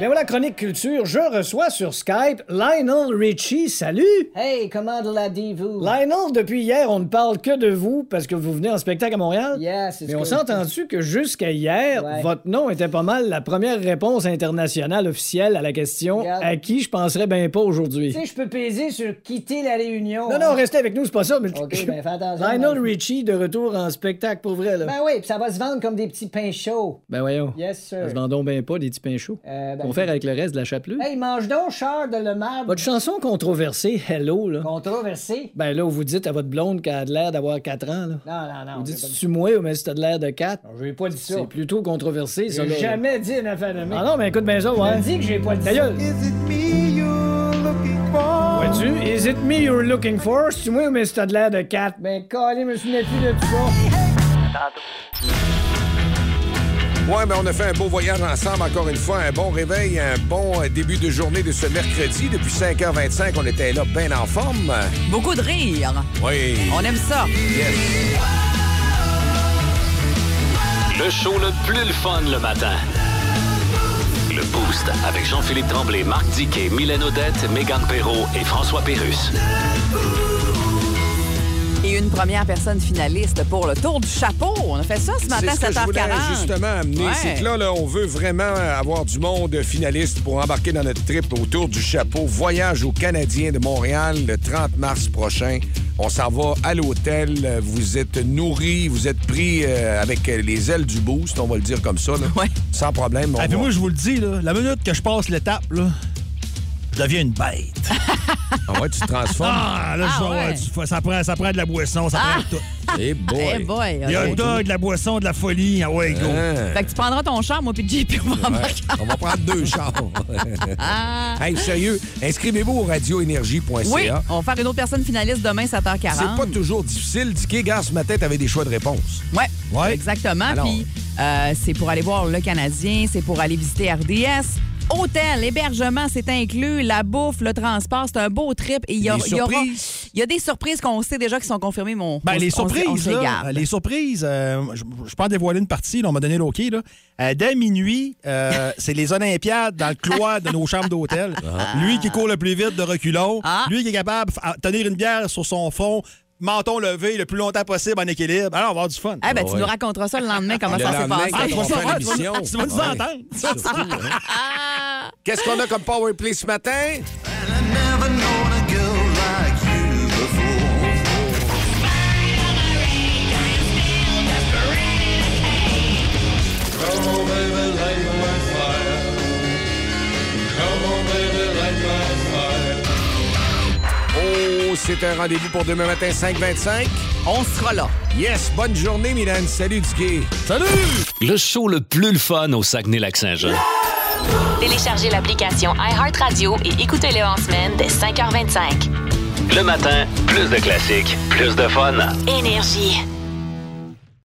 Speaker 9: Ben voilà, Chronique Culture, je reçois sur Skype Lionel Richie. Salut! Hey, comment la dit-vous? Lionel, depuis hier, on ne parle que de vous parce que vous venez en spectacle à Montréal.
Speaker 12: Yes, it's
Speaker 9: Mais on
Speaker 12: good.
Speaker 9: s'est entendu que jusqu'à hier,
Speaker 12: Ouais.
Speaker 9: votre nom était pas mal la première réponse internationale officielle à la question
Speaker 12: Regarde.
Speaker 9: à qui je penserais bien pas
Speaker 12: Tu
Speaker 9: aujourd'hui.
Speaker 12: sais, je peux peser sur quitter la réunion.
Speaker 9: Non,
Speaker 12: hein.
Speaker 9: non, restez avec nous, c'est pas ça. Mais
Speaker 12: OK, ben fais attention.
Speaker 9: Lionel Richie de retour en spectacle pour vrai, là.
Speaker 12: Ben oui, puis ça va se vendre comme des petits pains chauds.
Speaker 9: Ben voyons.
Speaker 12: Yes, sir.
Speaker 9: Ça se vend donc bien pas des petits pains chauds.
Speaker 12: Euh, ben,
Speaker 9: Qu'on faire avec le reste de la chapelure?
Speaker 12: Hey, mange donc, char de le marbre.
Speaker 9: Votre chanson controversée, Hello, là.
Speaker 12: Controversée?
Speaker 9: Ben là, vous dites à votre blonde qu'elle a de l'air d'avoir 4 ans, là.
Speaker 12: Non, non, non.
Speaker 9: vous
Speaker 12: j'ai
Speaker 9: dites,
Speaker 12: pas dit-
Speaker 9: tu moi, mais si t'as de l'air de 4.
Speaker 12: ben- J'ai pas dit ça.
Speaker 9: C'est plutôt controversé, ça, là.
Speaker 12: J'ai jamais dit une affaire de même.
Speaker 9: Ah non, mais écoute bien ça, ouais.
Speaker 12: Je te dis que j'ai pas dit
Speaker 9: Ta
Speaker 12: ça.
Speaker 9: gueule. Vois-tu? Is it me you're looking for? Si tu moi, mais si t'as de l'air de 4.
Speaker 12: Ben, calé, je me souviens plus de tout ça.
Speaker 3: Ouais, mais on a fait un beau voyage ensemble, encore une fois. Un bon réveil, un bon euh, début de journée de ce mercredi. Depuis 5h25, on était là, bien en forme.
Speaker 4: Beaucoup de rire.
Speaker 3: Oui.
Speaker 4: On aime ça.
Speaker 2: Le show le plus le fun le matin. Le Boost avec Jean-Philippe Tremblay, Marc Diquet, Mylène Odette, Megan Perrault et François Pérus.
Speaker 4: Et une première personne finaliste pour le tour du chapeau. On a fait ça ce matin
Speaker 3: C'est
Speaker 4: à
Speaker 3: ce que je voulais
Speaker 4: 7h40.
Speaker 3: justement amener.
Speaker 4: Ouais.
Speaker 3: C'est que là, là, on veut vraiment avoir du monde finaliste pour embarquer dans notre trip autour du chapeau. Voyage aux Canadiens de Montréal le 30 mars prochain. On s'en va à l'hôtel. Vous êtes nourris, vous êtes pris euh, avec les ailes du boost, on va le dire comme ça. là. Sans problème. on
Speaker 6: Ah, puis
Speaker 3: va-
Speaker 6: moi, je vous le dis, là, la minute que je passe l'étape, là, je deviens une bête.
Speaker 3: Ah ouais, tu te transformes.
Speaker 6: Ah, là, je vais
Speaker 4: Ah,
Speaker 6: avoir
Speaker 4: ouais.
Speaker 6: du fun. ça, prend, ça prend de la boisson, ça
Speaker 4: Ah!
Speaker 6: prend tout.
Speaker 3: Eh
Speaker 4: boy. Eh boy,
Speaker 6: Il y a
Speaker 4: ok.
Speaker 6: un dog, de la boisson, de la folie. Ah ouais, go.
Speaker 4: Fait que tu prendras ton char, moi, puis JP, on va embarquer.
Speaker 3: On va prendre deux chars. hey, sérieux, inscrivez-vous au radioénergie.ca.
Speaker 4: Ah. Oui, on va faire une autre personne finaliste demain, 7h40.
Speaker 3: C'est pas toujours difficile. Dicky, gars, ce matin, t'avais des choix de réponse.
Speaker 4: Ouais,
Speaker 3: Ouais.
Speaker 4: exactement.
Speaker 3: Alors-
Speaker 4: Puis euh, c'est pour aller voir le Canadien, c'est pour aller visiter RDS. Hôtel, hébergement, c'est inclus, la bouffe, le transport, c'est un beau trip. Et il y, a-
Speaker 6: Des
Speaker 4: il y aura-
Speaker 6: surprises.
Speaker 4: il y a des surprises qu'on sait déjà qui sont confirmées, mon.
Speaker 6: Ben, les
Speaker 4: on,
Speaker 6: surprises,
Speaker 4: se les
Speaker 6: là,
Speaker 4: garde.
Speaker 6: les surprises, euh, je, je peux en dévoiler une partie, là, on m'a donné l'OK. Là. Euh, dès minuit, euh, c'est les Olympiades dans le cloître de nos chambres d'hôtel. Lui qui court le plus vite de reculons,
Speaker 4: Ah.
Speaker 6: lui qui est capable de tenir une bière sur son fond, menton levé le plus longtemps possible en équilibre. Alors, on va avoir du fun.
Speaker 4: Eh ben, tu nous raconteras ça le lendemain, comment
Speaker 6: Le
Speaker 4: ça s'est
Speaker 6: lendemain,
Speaker 4: passé.
Speaker 6: quand on
Speaker 4: Ah, tu vas
Speaker 6: fera
Speaker 4: voir,
Speaker 6: l'émission.
Speaker 4: tu vas- tu vas nous
Speaker 6: Ouais.
Speaker 4: entendre.
Speaker 3: Qu'est-ce qu'on a comme powerplay ce matin? Oh, c'est un rendez-vous pour demain matin 5h25.
Speaker 4: On sera là.
Speaker 3: Yes, bonne journée, Mylène. Salut, Dicky. Salut!
Speaker 2: Le show le plus le fun au Saguenay-Lac-Saint-Jean.
Speaker 18: Téléchargez l'application iHeartRadio et écoutez-le en semaine dès 5h25.
Speaker 2: Le matin, plus de classiques, plus de fun.
Speaker 18: Énergie.